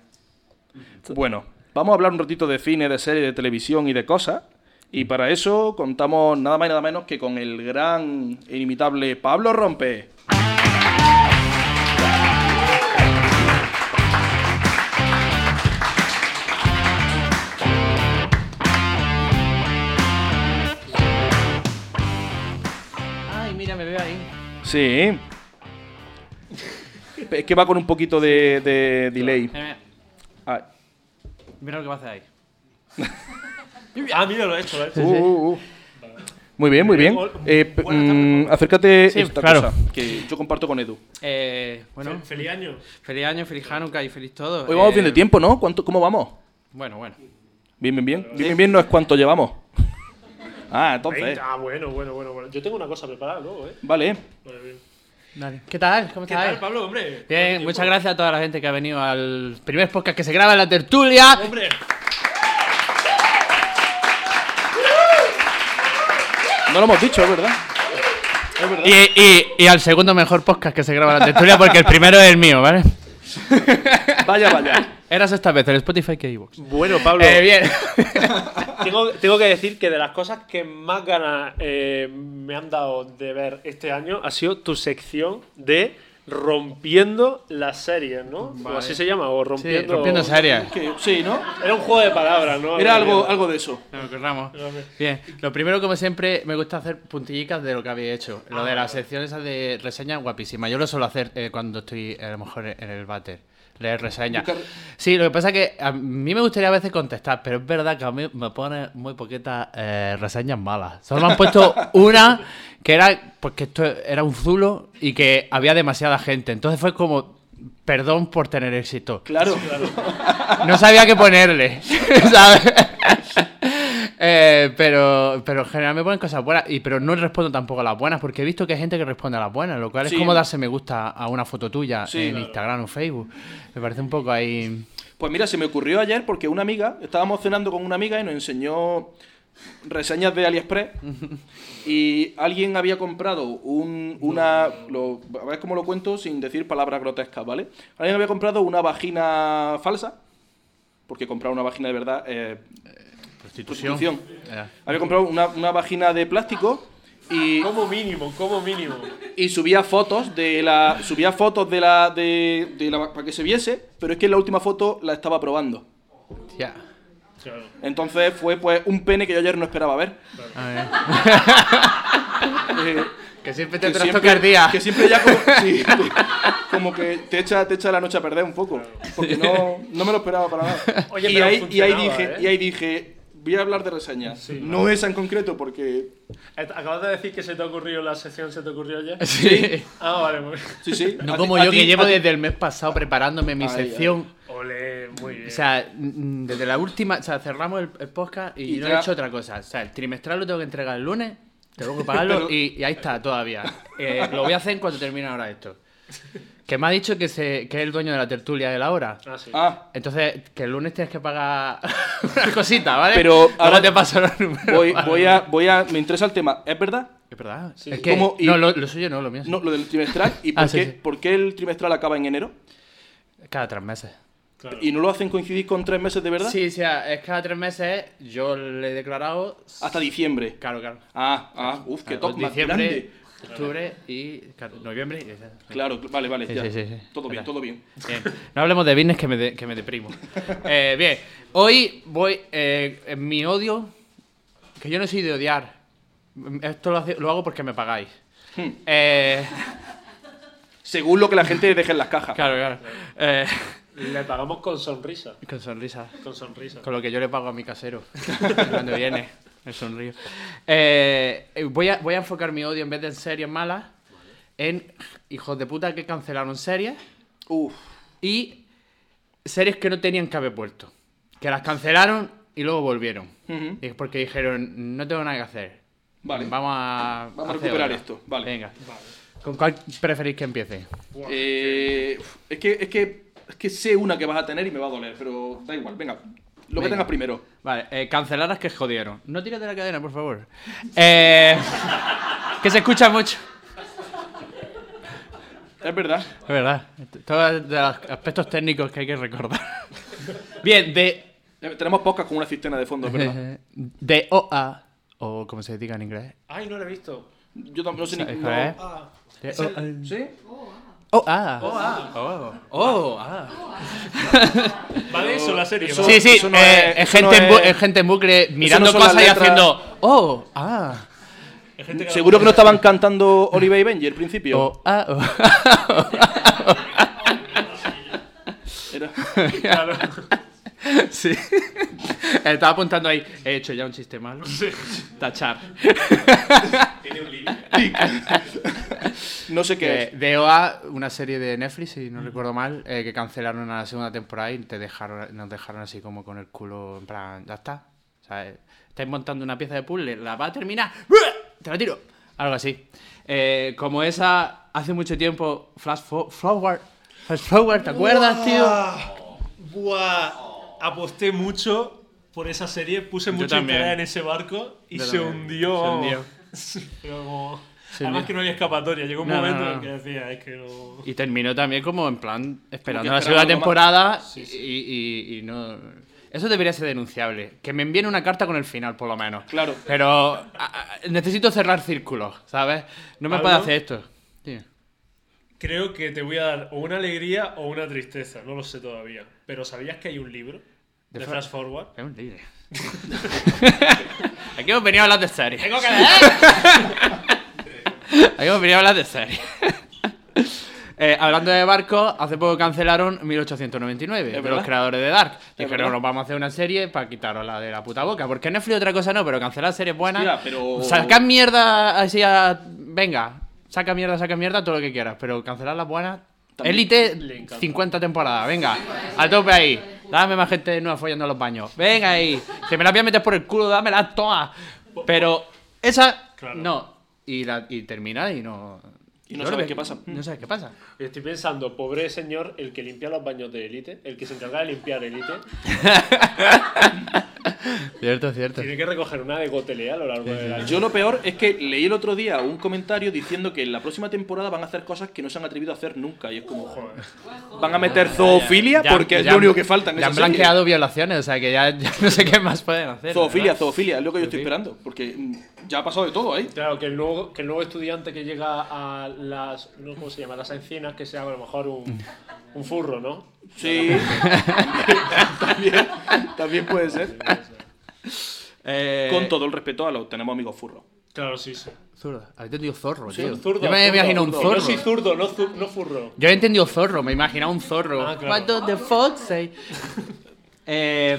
Bueno, vamos a hablar un ratito de cine, de serie, de televisión y de cosas. Y para eso contamos nada más y nada menos que con el gran e inimitable Pablo Rompe.
Ay, mira, me veo ahí.
Sí. Es que va con un poquito de, de delay.
Mira, mira.
Ah,
Mira lo que va a hacer ahí. ah, mira, lo he hecho, lo he hecho.
uh, uh, uh. Muy bien, muy bien. Eh, p- mm, acércate
Sí,
esta
claro.
cosa que yo comparto con Edu.
Eh, bueno,
Feliz año.
feliz año, feliz Hanukkah y feliz todo.
Hoy vamos
Eh,
bien de tiempo, ¿no? ¿Cuánto, ¿Cómo vamos?
Bueno, bueno.
Bien, bien, bien. Bien, bien, bien no es cuánto llevamos. Ah, entonces.
Ah, bueno, bueno, bueno, bueno. Yo tengo una cosa preparada luego, ¿eh?
Vale.
Dale. ¿Qué tal? ¿Cómo estás?
Pablo, hombre?
Bien, muchas gracias a toda la gente que ha venido al primer podcast que se graba en la tertulia.
Hombre.
No lo hemos dicho, es verdad. Es verdad.
Y, y- y al segundo mejor podcast que se graba en la tertulia porque el primero es el mío, ¿vale?
Vaya, vaya.
Eras esta vez el Spotify que iVoox.
Bueno, Pablo.
Eh, bien.
Tengo, tengo que decir que de las cosas que más ganas eh, me han dado de ver este año ha sido tu sección de rompiendo las series, ¿no?
Vale.
O así se llama, o
Sí,
rompiendo.
rompiendo series.
Que- sí, ¿no?
Era un juego de palabras, ¿no?
Era algo, algo de eso.
Nos acordamos. Bien, lo primero, como siempre, me gusta hacer puntillicas de lo que había hecho. Lo de las secciones esas de reseñas, guapísima. Yo lo suelo hacer eh, cuando estoy, a lo mejor, en el váter. Leer reseñas.
Buscar-
Sí, lo que pasa es que a mí me gustaría a veces contestar, pero es verdad que a mí me ponen muy poquitas eh, reseñas malas. Solo me han puesto una que era, porque esto era un zulo y que había demasiada gente. Entonces fue como, perdón por tener éxito.
Claro.
No sabía qué ponerle, ¿sabes? Eh, pero, pero en general me ponen cosas buenas, y, pero no respondo tampoco a las buenas, porque he visto que hay gente que responde a las buenas, lo cual
Sí.
es como darse me gusta a una foto tuya
Sí,
en
claro.
Instagram o Facebook. Me parece un poco ahí...
Pues mira, se me ocurrió ayer porque una amiga, estábamos cenando con una amiga y nos enseñó reseñas de AliExpress y alguien había comprado un, una, lo- a ver cómo lo cuento sin decir palabras grotescas, ¿vale? Alguien había comprado una vagina falsa, porque comprar una vagina de verdad eh,
Prostitución.
Prostitución.
Eh,
había comprado una, una vagina de plástico y
Como mínimo, como mínimo.
y subía fotos de la subía fotos de la de, de la para que se viese pero es que en la última foto la estaba probando
ya.
Claro.
entonces fue pues un pene que yo ayer no esperaba ver
A ver.
Eh,
Que siempre te
que
trastoca el día.
que siempre ya como, sí, como que te echa te echa la noche a perder un poco porque no, no me lo esperaba para nada
Oye,
y,
pero
ahí, y ahí
funcionaba,
dije
¿eh?
y ahí dije voy a hablar de reseñas no esa en concreto porque
Acabas de decir que se te ocurrió la sección, se te ocurrió ayer.
Sí.
Ah, vale, muy bien.
sí sí
No
a ti-
como
a
yo
ti-
que llevo
a ti-
desde el mes pasado preparándome mi
Ay, ay.
sección.
Ole, muy bien.
O sea, mm, desde la última, o sea, cerramos el, el podcast y,
Y
no
ya-
he hecho otra cosa. O sea, el trimestral lo tengo que entregar el lunes, tengo que pagarlo
Pero-
y, y ahí está todavía. Eh, lo voy a hacer en cuanto termine ahora esto. Que me ha dicho que, se, que es el dueño de la tertulia de la hora.
Ah, sí.
ah
Entonces, que el lunes tienes que pagar una cosita, ¿vale?
Pero
Luego
ahora-
te paso los números.
voy, voy a voy a me interesa el tema es verdad
Es verdad.
Sí,
es
sí.
que,
¿Cómo? Y-
No, lo, lo suyo no, lo mío sí.
No, lo del trimestral. ¿Y
Ah,
por,
sí,
qué,
sí.
por qué el trimestral acaba en enero?
Cada tres meses.
y no lo hacen coincidir con tres meses de verdad
Sí, o sea, es cada tres meses, yo le he declarado.
hasta diciembre.
Claro, claro.
Ah, ah, uff, qué
Claro,
top más
pues diciembre,
grande.
octubre y claro, noviembre. y-
Claro, cl- vale, vale,
Sí,
ya.
sí, sí, sí.
Todo bien,
Espera.
todo bien.
Bien. No hablemos de business que me, de- que me deprimo. Eh, bien, hoy voy. eh, en mi odio, que yo no soy de odiar. Esto lo, hace- lo hago porque me pagáis.
Hmm.
Eh,
Según lo que la gente deje en las cajas.
claro, claro. Eh,
Le pagamos con sonrisa.
con sonrisa.
Con sonrisa.
Con lo que yo le pago a mi casero cuando viene. Me sonrío. Eh, eh, voy, a, voy a enfocar mi odio en vez de en series malas, en hijos de puta que cancelaron series
Uff,
y series que no tenían que haber vuelto. Que las cancelaron y luego volvieron.
Ujú.
Y es Porque dijeron, no tengo nada que hacer.
Vale.
Vamos a,
Vamos a
hacer
recuperar
otra".
esto, vale.
Venga. ¿Con cuál preferís que empiece?
Eh, uf, es, que, es, que, es que sé una que vas a tener y me va a doler, pero da igual, venga. Lo que
Venga.
tengas primero.
Vale, eh, canceladas que jodieron. No tires de la cadena, por favor. Eh, que se escucha mucho.
Es verdad.
Es verdad. Todos los aspectos técnicos que hay que recordar. Bien, de,
Eh, Tenemos podcast con una cisterna de fondo, es verdad.
de OA, o como se diga en inglés.
Ay, no lo he visto.
Yo tampoco sé ni
¿Sabes
no-
cuál es?
Ah,
De OA.
¿Sí? Oh, ah.
OA. OA.
vale, eso la serie.
eso-
va.
Sí, sí,
no
eh,
es-
es,
eso no
gente en bu-
es-
es gente en bucle mirando
son las
cosas y
letras.
haciendo ¡Oh! ¡Ah!
Hay gente que la-
Seguro que no estaban cantando Oliver y Benji al principio.
¡Oh! ¡Ah! oh.
Era-
Claro.
sí. Estaba apuntando ahí. He hecho ya un chiste malo. Tachar.
No sé qué
Que
es. Mm.
de OA, una serie de Netflix, si no recuerdo mal, eh, que cancelaron a la segunda temporada y te dejaron, nos dejaron así como con el culo en plan, ya está. O sea, eh, estáis montando una pieza de puzzle, la va a terminar, ¡buah! te la tiro. Algo así. Eh, como esa, hace mucho tiempo, Flash Fo- Forward. Flash Forward, ¿te acuerdas, tío?
Buah, Buah. Aposté mucho por esa serie, puse mucho
también.
interés en ese barco y
Yo
se
también.
hundió.
Se hundió.
Pero como-
Se
Además
hundió.
que no había escapatoria. Llegó un
No, no,
momento en
no.
el que decía, es que no...
Y terminó también como en plan esperando
Como que
la segunda
esperando
temporada Y, y- y no... Eso debería ser denunciable. Que me envíen una carta con el final, por lo menos.
Claro.
Pero a- a- necesito cerrar círculos, ¿sabes? No me
¿Pablo?
puede hacer esto. Sí.
Creo que te voy a dar o una alegría o una tristeza, no lo sé todavía. Pero ¿sabías que hay un libro?
De
De,
Fra-
Flash Forward.
Es un líder. Aquí hemos venido a hablar de series. Tengo que Aquí hemos venido a hablar de series. Eh, hablando de barcos, hace poco cancelaron 1899, de
verdad.
los creadores de Dark.
verdad.
Dijeron, nos vamos a hacer una serie para quitaros la de la puta boca. Porque Netflix otra cosa no, pero cancelar series buenas.
Hostia, pero-
Sacad mierda así a... Venga, saca mierda, saca mierda, todo lo que quieras. Pero cancelar las buenas...
También
Elite,
le encanta.
50 temporadas, venga, a tope ahí. Dame más gente nueva follando en los baños. Venga ahí. Si me las voy a meter por el culo, dámelas todas. Pero esa,
Claro.
no. Y, la, y termina y no.
Y no
yo
sabes
creo
qué pasa.
No sabes qué pasa.
Estoy pensando, pobre señor, el que limpia los baños de élite, el que se encarga de limpiar élite,
Cierto, cierto.
tiene que recoger una de gotelea a lo largo del año.
Yo lo peor es que leí el otro día un comentario diciendo que en la próxima temporada van a hacer cosas que no se han atrevido a hacer nunca. Y es como, joder. Van a meter zoofilia porque es lo único que falta en
Ya
esa
han
serie.
blanqueado violaciones, o sea que ya, ya no sé qué más pueden hacer.
Zoofilia,
¿verdad?
zoofilia, es lo que yo estoy esperando. Porque mm, ya ha pasado de todo ahí.
Claro, que el, nuevo, que el nuevo estudiante que llega a las, no, ¿cómo se llama? Las encinas, que sea a lo mejor un, un furro, ¿no?
Sí. también, también puede ser.
Eh,
Con todo el respeto a los tenemos amigos furros.
Claro, sí, sí.
Zurdo. Habéis entendido zorro,
Sí,
tío.
un zurdo,
Yo me
zurdo,
imagino un
zurdo.
zorro.
Yo soy zurdo, no, zu- no furro.
Yo he entendido zorro, me he imaginado un zorro.
Ah, claro.
What does the fuck say? Eh,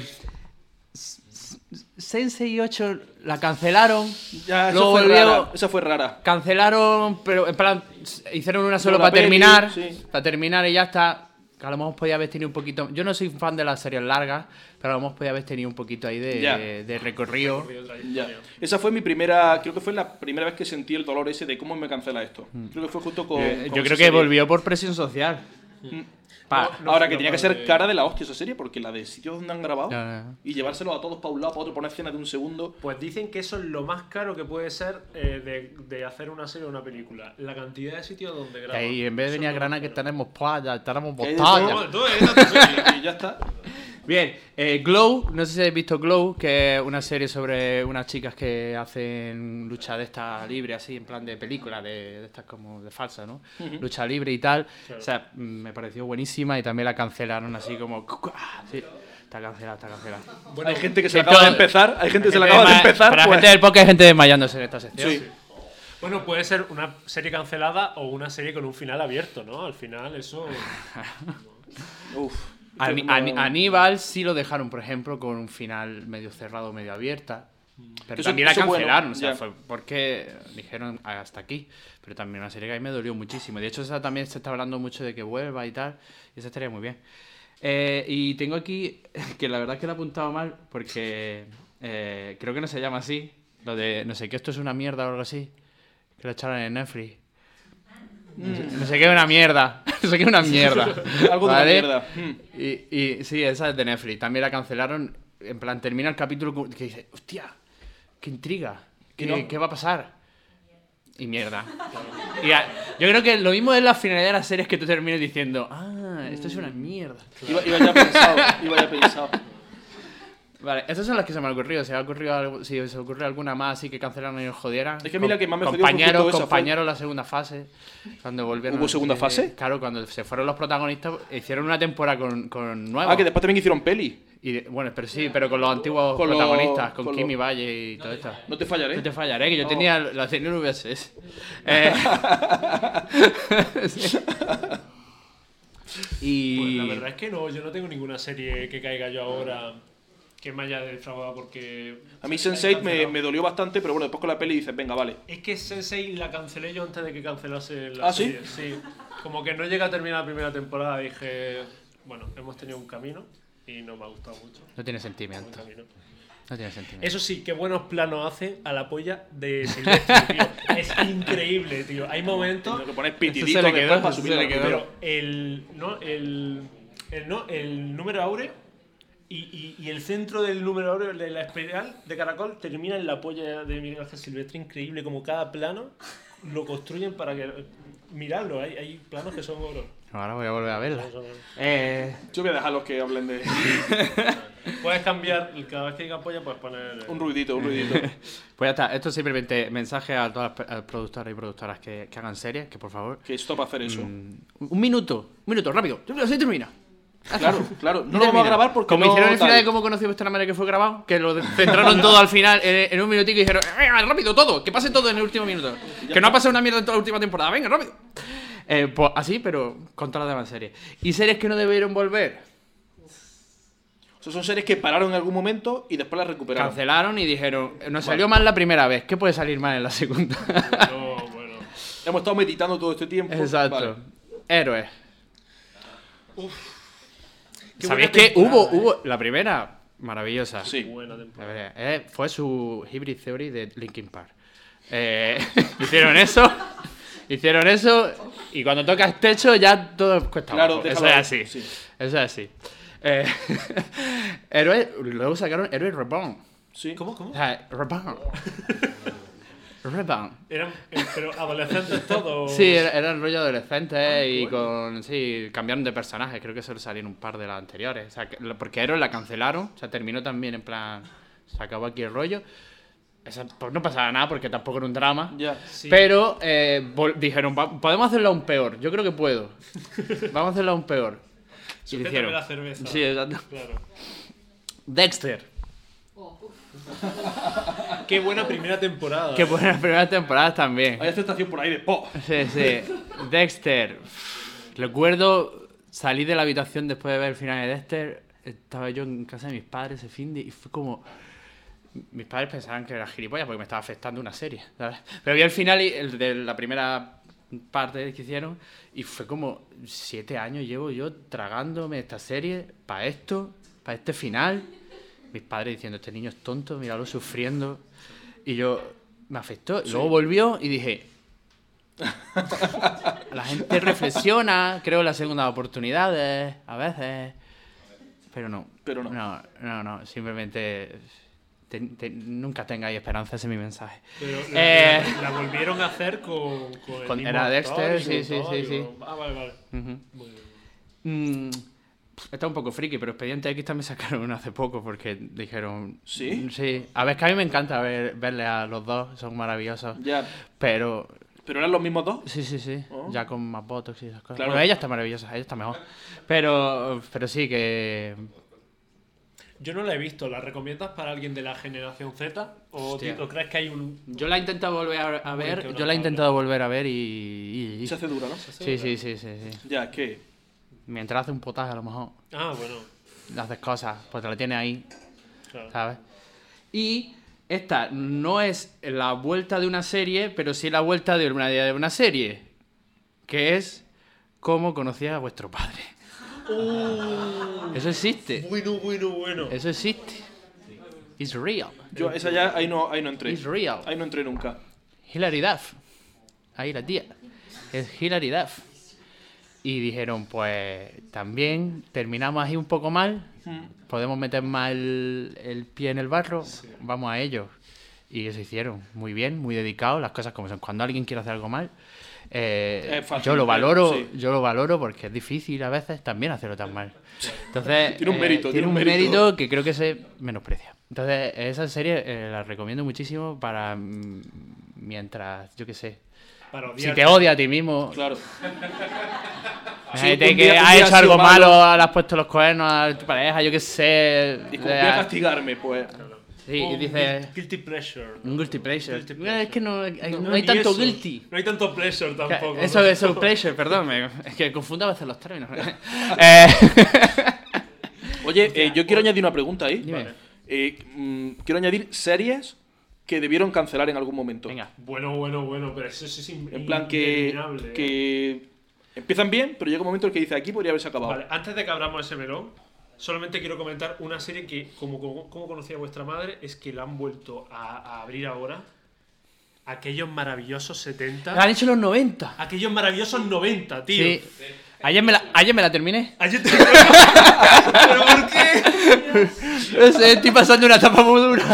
s- s- Sensei 8 la cancelaron.
Ya, esa
Luego
fue
volvió-
rara. Esa fue rara.
Cancelaron, pero en plan, s- hicieron una solo
la
para
peli,
terminar.
sí.
Para terminar y ya está. Que a lo mejor podía haber tenido un poquito. Yo no soy fan de las series largas, pero a lo mejor podía haber tenido un poquito ahí de,
Ya.
de recorrido.
Ya. Esa fue mi primera. Creo que fue la primera vez que sentí el dolor ese de cómo me cancela esto. Creo que fue justo con.
Eh,
con
Yo
esa
creo que
Pues, serie. Mm.
volvió por presión social. Pa.
No, no
Ah, Ahora,
fui
que tenía que
capaz
ser
de-
cara de la hostia esa serie, porque la de sitios donde han grabado
Ya, ya.
y llevárselo a todos para un lado, para otro, poner escenas de un segundo.
Pues dicen que eso es lo más caro que puede ser eh, de, de hacer una serie o una película. La cantidad de sitios donde
Que
graban.
ahí en vez de
Eso
venir a
es lo
Granada
más
que
caro.
tenemos playa, tenemos
Que hay de
botalla.
todo, todo
eh,
es esta serie, y ya está.
Bien, eh, Glow, no sé si habéis visto Glow, que es una serie sobre unas chicas que hacen lucha de esta libre, así, en plan de película, de, de estas como de falsa, ¿no? Lucha libre y tal. O sea, mm, me pareció buenísima y también la cancelaron así como... ¡ah! Sí, está cancelada, está cancelada.
Bueno, hay gente que se la
que
acaba de
todo-
empezar, hay gente que se la
Gente
acaba de
desma-
empezar.
Para
pues-
la gente del podcast hay gente desmayándose en esta sección.
Sí.
Bueno, puede ser una serie cancelada o una serie con un final abierto, ¿no? Al final, eso. pues,
Uf.
Ani-
Yo no-
Ani- Aníbal sí lo dejaron, por ejemplo, con un final medio cerrado, medio abierta. Pero
Eso-
también la
eso bueno,
cancelaron, o sea,
ya.
fue porque dijeron hasta aquí. Pero también una serie que a mí me dolió muchísimo. De hecho, esa también se está hablando mucho de que vuelva y tal. Y esa estaría muy bien. Eh, y tengo aquí, que la verdad es que lo he apuntado mal, porque eh, creo que no se llama así. Lo de, no sé qué, esto es una mierda o algo así. Que lo echaron en Netflix. No sé- No sé qué es una mierda. No sé qué es una mierda.
Algo de una
¿Vale?
mierda. Mm.
Y, y sí, esa es de Netflix. También la cancelaron. En plan, termina el capítulo con- que dice, hostia, qué intriga. ¿Qué,
Y no-
qué va a pasar? Y mierda. Y a- yo creo que lo mismo es la finalidad de las series que tú termines diciendo, ah, esto es una
Mm.
mierda.
Iba, iba ya pensado, iba ya pensado.
Vale, estas son las que se me han ocurrido. Si, ha ocurrido algo- si se ocurre alguna más así que cancelaron y nos jodieran.
Es que a mí la que más me jodió fue
compañeros,
justo esa, fue-
compañeros la segunda fase. Cuando volvieron.
¿Hubo segunda
eh,
fase?
Claro, cuando se fueron los protagonistas, hicieron una temporada con, con nuevos.
Ah, que después también hicieron peli.
Y de- bueno, pero sí, pero con los antiguos
Con los-
protagonistas, con,
con los-
Kimi Valle y todo esto.
No te fallaré.
No te fallaré, que yo
No.
tenía la tenía en VSS. Eh, sí. Y
Pues la verdad es que no, yo no tengo ninguna serie que caiga yo ahora que me haya defraudado porque.
A mí
se
Sense8 me, me dolió bastante, pero bueno, después con la peli dices, venga, vale.
Es que Sensei la cancelé yo antes de que cancelase la
¿Ah, sí?
serie. Sí. Como que no llega a terminar la primera temporada, dije, bueno, hemos tenido un camino y no me ha gustado mucho.
no tiene
el
sentimiento.
camino.
No tiene sentimiento.
Eso sí, qué buenos planos hace a la polla de Silvestre, tío. Es increíble, tío. Hay momentos,
Lo que pones
Eso
pitidito
se le
después
quedó,
para
eso
subir
se le
la-
quedó.
pero el no el, el no el número áureo y, y- y el centro del número áureo de la espiral de caracol termina en la polla de Miguel Ángel Silvestre, increíble como cada plano lo construyen para que miradlo, hay, hay planos que son oro.
Ahora voy a volver a verla. Eh,
Yo voy a dejar los que hablen de
Puedes cambiar y cada vez que diga polla puedes poner
un ruidito, un ruidito.
pues ya está. Esto es simplemente mensaje a todas las pe- productoras y productoras que, que hagan series, que por favor.
Que esto para hacer eso.
Un, un minuto, un minuto, rápido. Así termina.
Claro, claro. No lo
Termina.
vamos a grabar porque
Como
no
hicieron el final
tal.
de cómo conocí a vuestra madre que fue grabado, que lo centraron todo al final en, en un minutico y dijeron, "Venga, rápido todo, que pase todo en el último minuto. Que no ha pasado una mierda en toda la última temporada, venga, rápido. Eh, pues así, pero con todas las demás series. ¿Y series que no debieron volver?
O sea, son series que pararon en algún momento y después las recuperaron.
Cancelaron y dijeron, "Eh, nos salió mal la primera vez, ¿qué puede salir mal en la segunda?
No, Oh, bueno.
Hemos estado meditando todo este tiempo.
Exacto.
Vale.
Héroes.
Qué
¿Sabéis
buena
que
temporada,
hubo,
eh.
hubo, la primera, maravillosa.
Sí.
Buena
La
temporada.
verdad, eh, fue su Hybrid Theory de Linkin Park. Eh, hicieron eso, hicieron eso, y cuando tocas techo ya todo cuesta
Claro,
abajo. Eso
déjalo
es
ahí,
así.
sí.
Eso es así. Eh, héroe- luego sacaron Héroe Reborn.
Sí.
¿Cómo
O
cómo?
sea, Reborn. Reborn.
Eran eh, pero adolescentes todos.
Sí, era, era el rollo adolescente eh, y con. Sí, cambiaron de personajes. Creo que solo salieron un par de las anteriores. O sea, que- lo- porque Eros la cancelaron. O sea, terminó también en plan. Se acabó aquí el rollo. Esa- pues no pasaba nada porque tampoco era un drama.
Ya.
Pero eh, vol- dijeron, "Va- podemos hacerlo aún peor. Yo creo que puedo. Vamos a hacerlo aún peor. Y lo
Sujétame
hicieron.
la cerveza.
Sí, exacto.
Claro.
Dexter.
Qué buena primera temporada.
Que fueron las primeras temporadas también.
Hay aceptación por ahí de po.
Sí, sí. Dexter. Recuerdo salir de la habitación después de ver el final de Dexter. Estaba yo en casa de mis padres ese fin de y fue como. Mis padres pensaban que era gilipollas porque me estaba afectando una serie, ¿sabes? Pero vi el final y el de la primera parte que hicieron y fue como siete años llevo yo tragándome esta serie para esto, para este final. Mis padres diciendo, este niño es tonto, míralo sufriendo. Y yo me afectó. Luego volvió y dije, la gente reflexiona, creo en las segundas oportunidades, a veces. Pero no.
Pero no.
No, no, no, Simplemente. ten- ten- nunca tengáis esperanza, ese es mi mensaje.
Pero la,
Eh.
la- la volvieron a hacer con, con el
Con-
mismo
era
actor
Dexter,
y
sí,
con
sí,
todo,
sí,
y
sí.
con- Ah, vale, vale.
Ujú.
Muy bien.
Mm, está un poco friki, pero Expediente X también sacaron uno hace poco porque dijeron. mm,
¿Sí?
Sí. A ver, es que a mí me encanta ver, verle a los dos, son maravillosos.
Ya.
Pero.
¿Pero eran los mismos dos?
Sí, sí, sí.
Oh.
Ya con más botox y esas cosas.
Claro.
Claro. ella está maravillosa, ella está mejor. Pero, pero sí que.
Yo no la he visto. ¿La recomiendas para alguien de la generación Z? ¿O,
Hostia.
ti- o crees que hay un.?
Yo la he intentado volver a, a
Uy, qué
ver. Yo
horror,
la he
habla.
intentado volver a ver y. y- y-
Se hace dura, ¿no?
Sí, sí, sí, sí, sí.
Ya, es que.
Mientras hace un potaje, a lo mejor.
Ah, bueno.
Haces cosas, pues te la tienes ahí.
Claro.
¿sabes? Y esta no es la vuelta de una serie, pero sí la vuelta de una de una serie, que es cómo conocía a vuestro padre. Eso existe,
Uh. Bueno, bueno, bueno.
eso existe. It's real.
Yo, esa ya, ahí no, ahí no entré.
It's real.
Ahí no entré nunca.
Hilary Duff. Ahí la tía. Es Hilary Duff. Y dijeron, pues también terminamos ahí un poco mal.
Mm.
Podemos meter más el, el pie en el barro. Vamos a ello. Y eso hicieron. Muy bien, muy dedicado. Las cosas como son. Cuando alguien quiere hacer algo mal. eh,
Es fácil,
yo lo
eh,
valoro
sí.
yo lo valoro porque es difícil a veces también hacerlo tan mal entonces
Tiene un
eh,
mérito,
tiene,
tiene
un
un
mérito,
mérito.
que creo que se menosprecia. Entonces, esa serie eh, la recomiendo muchísimo para mm, mientras, yo qué sé.
Para
Si
odiar.
te odia a ti mismo,
Claro. sí,
imagínate
un
que
día- un
has
día
hecho
ha sido
algo malo,
malo.
le has puesto los cuernos a tu pareja, yo qué sé.
Y como
le
voy a
has-
castigarme, pues.
sí,
Oh,
y dices,
Guilty pleasure.
un guilty pleasure.
Guilty
No,
pleasure.
es que no, hay, no
ni
hay tanto
eso.
guilty.
No hay tanto pleasure
Que-
tampoco.
Eso
¿no?
es un pleasure, perdón, me- es que confundo a veces los términos. Eh,
Oye, eh, yo quiero añadir una pregunta ahí.
Dime.
Vale. Eh, mm, quiero añadir series que debieron cancelar en algún momento.
Venga,
Bueno, bueno, bueno, pero eso sí es in-
En plan que,
interminable, ¿eh?
que empiezan bien, pero llega un momento en el que dice aquí podría haberse acabado.
Vale, antes de que abramos ese melón, solamente quiero comentar una serie que, como, como, como conocía vuestra madre, es que la han vuelto a, a abrir ahora. Aquellos maravillosos 70.
han hecho los 90.
Aquellos maravillosos 90, tío.
Sí. Ayer me la, ayer me la terminé.
Ayer te- ¿Pero por qué?
No sé, eh, estoy pasando una etapa muy dura.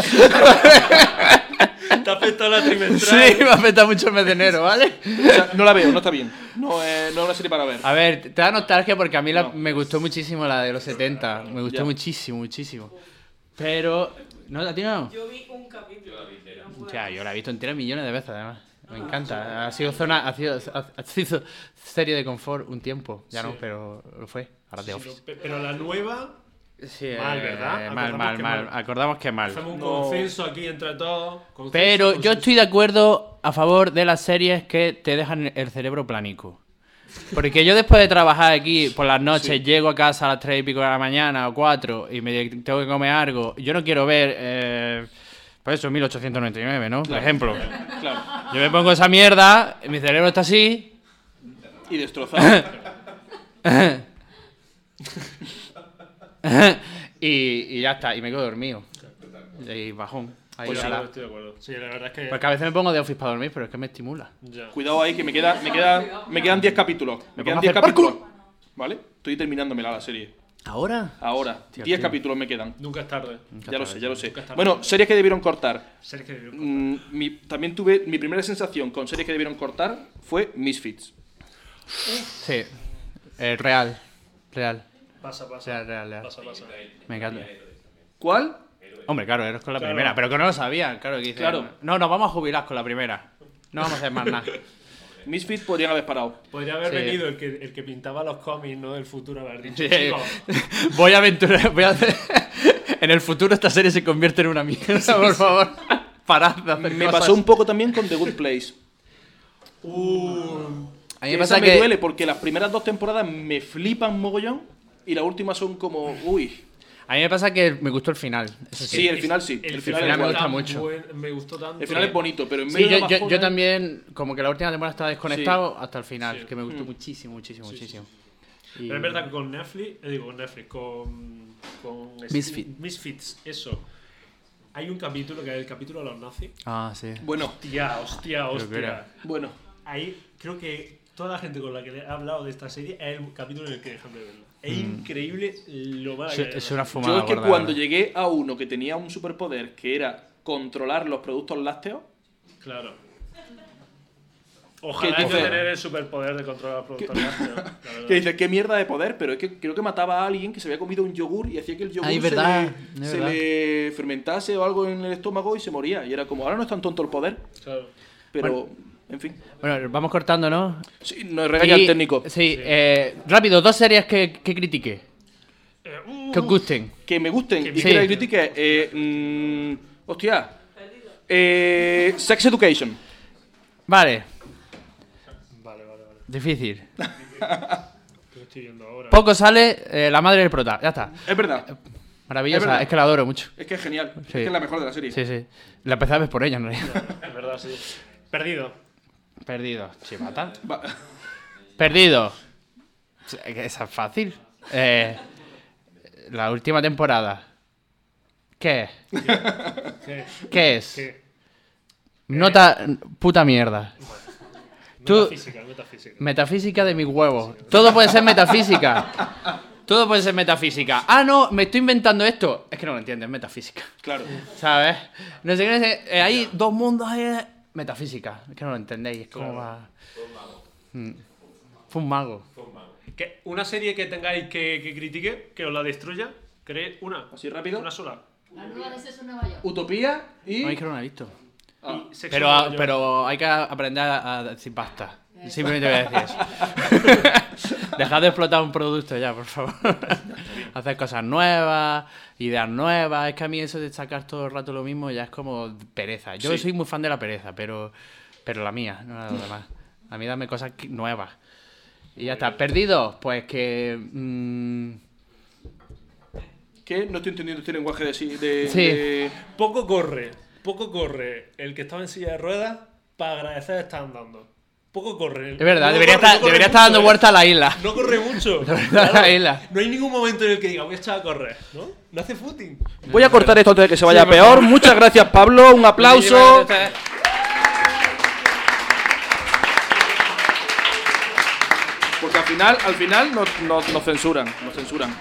Te ha afectado la trimestral.
Sí, me afecta mucho el mes de enero, ¿vale?
O sea, no la veo, no está bien. No, eh, no es una serie para ver.
A ver, te da nostalgia porque a mí la-
No.
me gustó muchísimo la de los 70. Me gustó
Ya.
muchísimo, muchísimo. Pero. ¿No, a ti no?
Yo vi un capítulo. no pude
O sea,
más.
yo la he visto entera millones de veces, además. Me encanta. Ha sido zona. Ha sido, ha- ha sido serie de confort un tiempo. Ya no,
Sí.
pero lo fue. Ahora de
Sí,
Office.
no, pe- Pero la nueva,
Sí,
Mal,
eh,
¿verdad?
Mal,
Acordamos
mal,
que
mal.
mal.
Acordamos que mal.
hacemos un
No.
consenso aquí entre todos. consenso,
Pero yo
consenso.
estoy de acuerdo a favor de las series que te dejan el cerebro planico. Porque yo después de trabajar aquí por las noches, llego a casa a las 3 y pico de la mañana o 4 y me tengo que comer algo. Yo no quiero ver, eh, pues eso, 1899, ¿no? Por
Claro.
ejemplo.
Claro.
Yo me pongo esa mierda, mi cerebro está así.
Y destrozada.
y, y ya está, y me quedo dormido. Y bajón. Ahí
Pues sí,
ala.
estoy de acuerdo. Sí, la verdad es que.
Porque a veces me pongo de office para dormir, pero es que me estimula.
Ya.
Cuidado ahí, que me, queda, me, queda, me quedan 10 capítulos. Me
Me
quedan
pongo a
10
hacer
capítulos. ¿Vale? Estoy terminándomela la serie.
¿Ahora?
Ahora. 10 capítulos me quedan.
Nunca es tarde.
Ya lo sé, ya lo sé.
Nunca está
Bueno,
mal.
series que debieron cortar.
Sergio,
Mm, mi- también tuve mi primera sensación con series que debieron cortar fue Misfits.
Sí, eh, real, real,
pasa, pasa.
real, real, real.
Pasa, pasa.
Me encanta.
¿Cuál?
Hombre, claro, eres con la
Claro.
primera, pero que no lo sabían, claro que dicen,
Claro.
No, nos vamos a jubilar con la primera. No vamos a hacer más nada.
Misfits podrían haber parado.
Podría haber
Sí.
venido el que, el que pintaba los cómics, ¿no? Del futuro, haber dicho,
Sí.
chicos,
Voy a aventurar, voy a hacer... En el futuro esta serie se convierte en una mierda, por favor. Parad de hacer
Me
cosas.
pasó un poco también con The Good Place.
Uh,
A mí me
Esa
pasa
me
que...
duele porque las primeras dos temporadas me flipan mogollón y las últimas son como, uy.
A mí me pasa que me gustó el final. eso sí.
Sí, el final sí. El, final,
final
es
me
guay.
gusta
tan
mucho.
buen- me gustó tanto.
El final es bonito, pero en
Sí,
medio de
yo,
la
yo-
bajona-
yo también, como que la última temporada estaba desconectado hasta el final, que me
Mm.
gustó muchísimo, muchísimo, muchísimo. Y-
Pero es verdad que con Netflix, eh, digo, con Netflix, con, con este,
Misfit.
Misfits, eso. Hay un capítulo que es el capítulo de los nazis.
Ah, sí.
Bueno,
Hostia, hostia,
que
hostia.
era.
bueno.
Ahí creo que
Toda la gente con la que le he hablado de esta serie es el capítulo en el que dejan de verla. Es
Mm.
increíble lo mala
Sí,
que
Es una
Yo
fumada.
es que
gorda,
cuando
gorda.
llegué a uno que tenía un superpoder que era controlar los productos lácteos,
Claro. Ojalá
Que
yo
dice-
tener el superpoder de controlar los productos lácteos, la verdad.
que dices, qué mierda de poder, pero es que creo que mataba a alguien que se había comido un yogur y hacía que el yogur
Ay,
se,
verdad,
le,
es
se
verdad.
le fermentase o algo en el estómago y se moría. Y era como, ahora no es tan tonto el poder,
Claro.
pero, en fin.
Bueno, vamos cortando, ¿no?
Sí, no regaña
Y-
al técnico.
Sí, eh, rápido, dos series que, que critique,
Eh, uh,
que os gusten.
Que me gusten
Que
y
me
que la
gusten.
critique. Eh, mm, hostia. Eh, Sex Education.
Vale,
Vale, vale, vale.
difícil.
Lo estoy viendo ahora.
Poco sale eh, la madre del prota, ya está.
Es verdad. Es
Maravillosa,
verdad.
es, que la adoro mucho.
Es que es genial. Es
Sí.
que es la mejor de la serie.
Sí, sí. La empecé a ver por ella, en realidad.
Es verdad, sí. Perdido.
Perdido. Chivata.
Va-
Perdido. Esa es fácil. Eh, la última temporada. ¿Qué?
¿Qué?
¿Qué es?
¿Qué?
Nota puta mierda. Tú-
Metafísica, metafísica.
Metafísica de mis huevos. Todo puede ser metafísica. Todo puede ser metafísica. Ah, no, me estoy inventando esto. Es que no lo entiendes, metafísica.
Claro.
¿Sabes? No sé qué, no sé, eh, hay dos mundos ahí. eh, Metafísica. Es que no lo entendéis. Es como va. Mm. Fue un mago.
Que una serie que tengáis que, que critique, que os la destruya, creéis una.
Así rápido.
Una sola.
La nueva de Sexo en Nueva York.
Utopía y.
No, es que no lo he visto.
Ah.
Y sexo
Pero,
en
ah,
Nueva York.
pero hay que aprender a a decir basta. Simplemente voy a decir eso. Dejad de explotar un producto ya, por favor. Hacer cosas nuevas, ideas nuevas. Es que a mí eso de sacar todo el rato lo mismo ya es como pereza. Yo
Sí.
soy muy fan de la pereza, pero, pero la mía, no la de los demás. A mí dame cosas que- nuevas. Y ya está. Perdidos, pues que. mm,
Que no estoy entendiendo este lenguaje de. sí- de-
Sí.
de-
Poco corre, poco corre el que estaba en silla de ruedas para agradecer estar andando. Poco corre.
es verdad,
No
debería,
corre-
estar,
no corre
debería
mucho,
estar dando
¿eh?
vuelta a la isla.
No corre mucho.
verdad,
Claro,
la isla.
No hay ningún momento en el que diga, voy a echar a correr, ¿no? No hace footing.
Voy a cortar esto antes de que se vaya
Sí, por
peor. Muchas gracias, Pablo. Un aplauso. Porque al final, al final nos, nos- nos censuran. Nos censuran.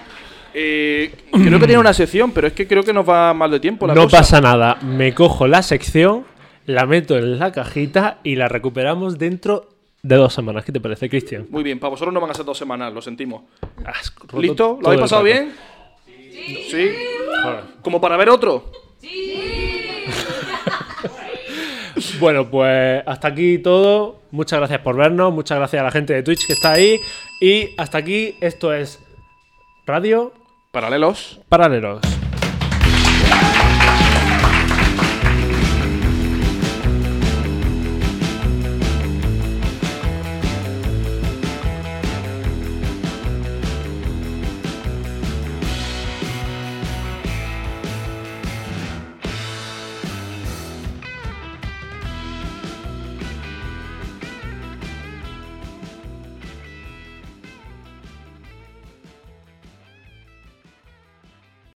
Eh, creo que tiene una sección, pero es que creo que nos va mal de tiempo la
No
cosa.
pasa nada, me cojo la sección, la meto en la cajita y la recuperamos dentro de dos semanas. ¿Qué te parece, Cristian?
Muy bien, para vosotros no van a ser dos semanas, lo sentimos.
Has roto
¿Listo? ¿Lo
todo el
habéis pasado
rato.
bien? Sí. ¿Como para ver otro?
Bueno, pues hasta aquí todo. Muchas gracias por vernos, muchas gracias a la gente de Twitch que está ahí. Y hasta aquí, esto es Radio
Paralelos.
Paralelos.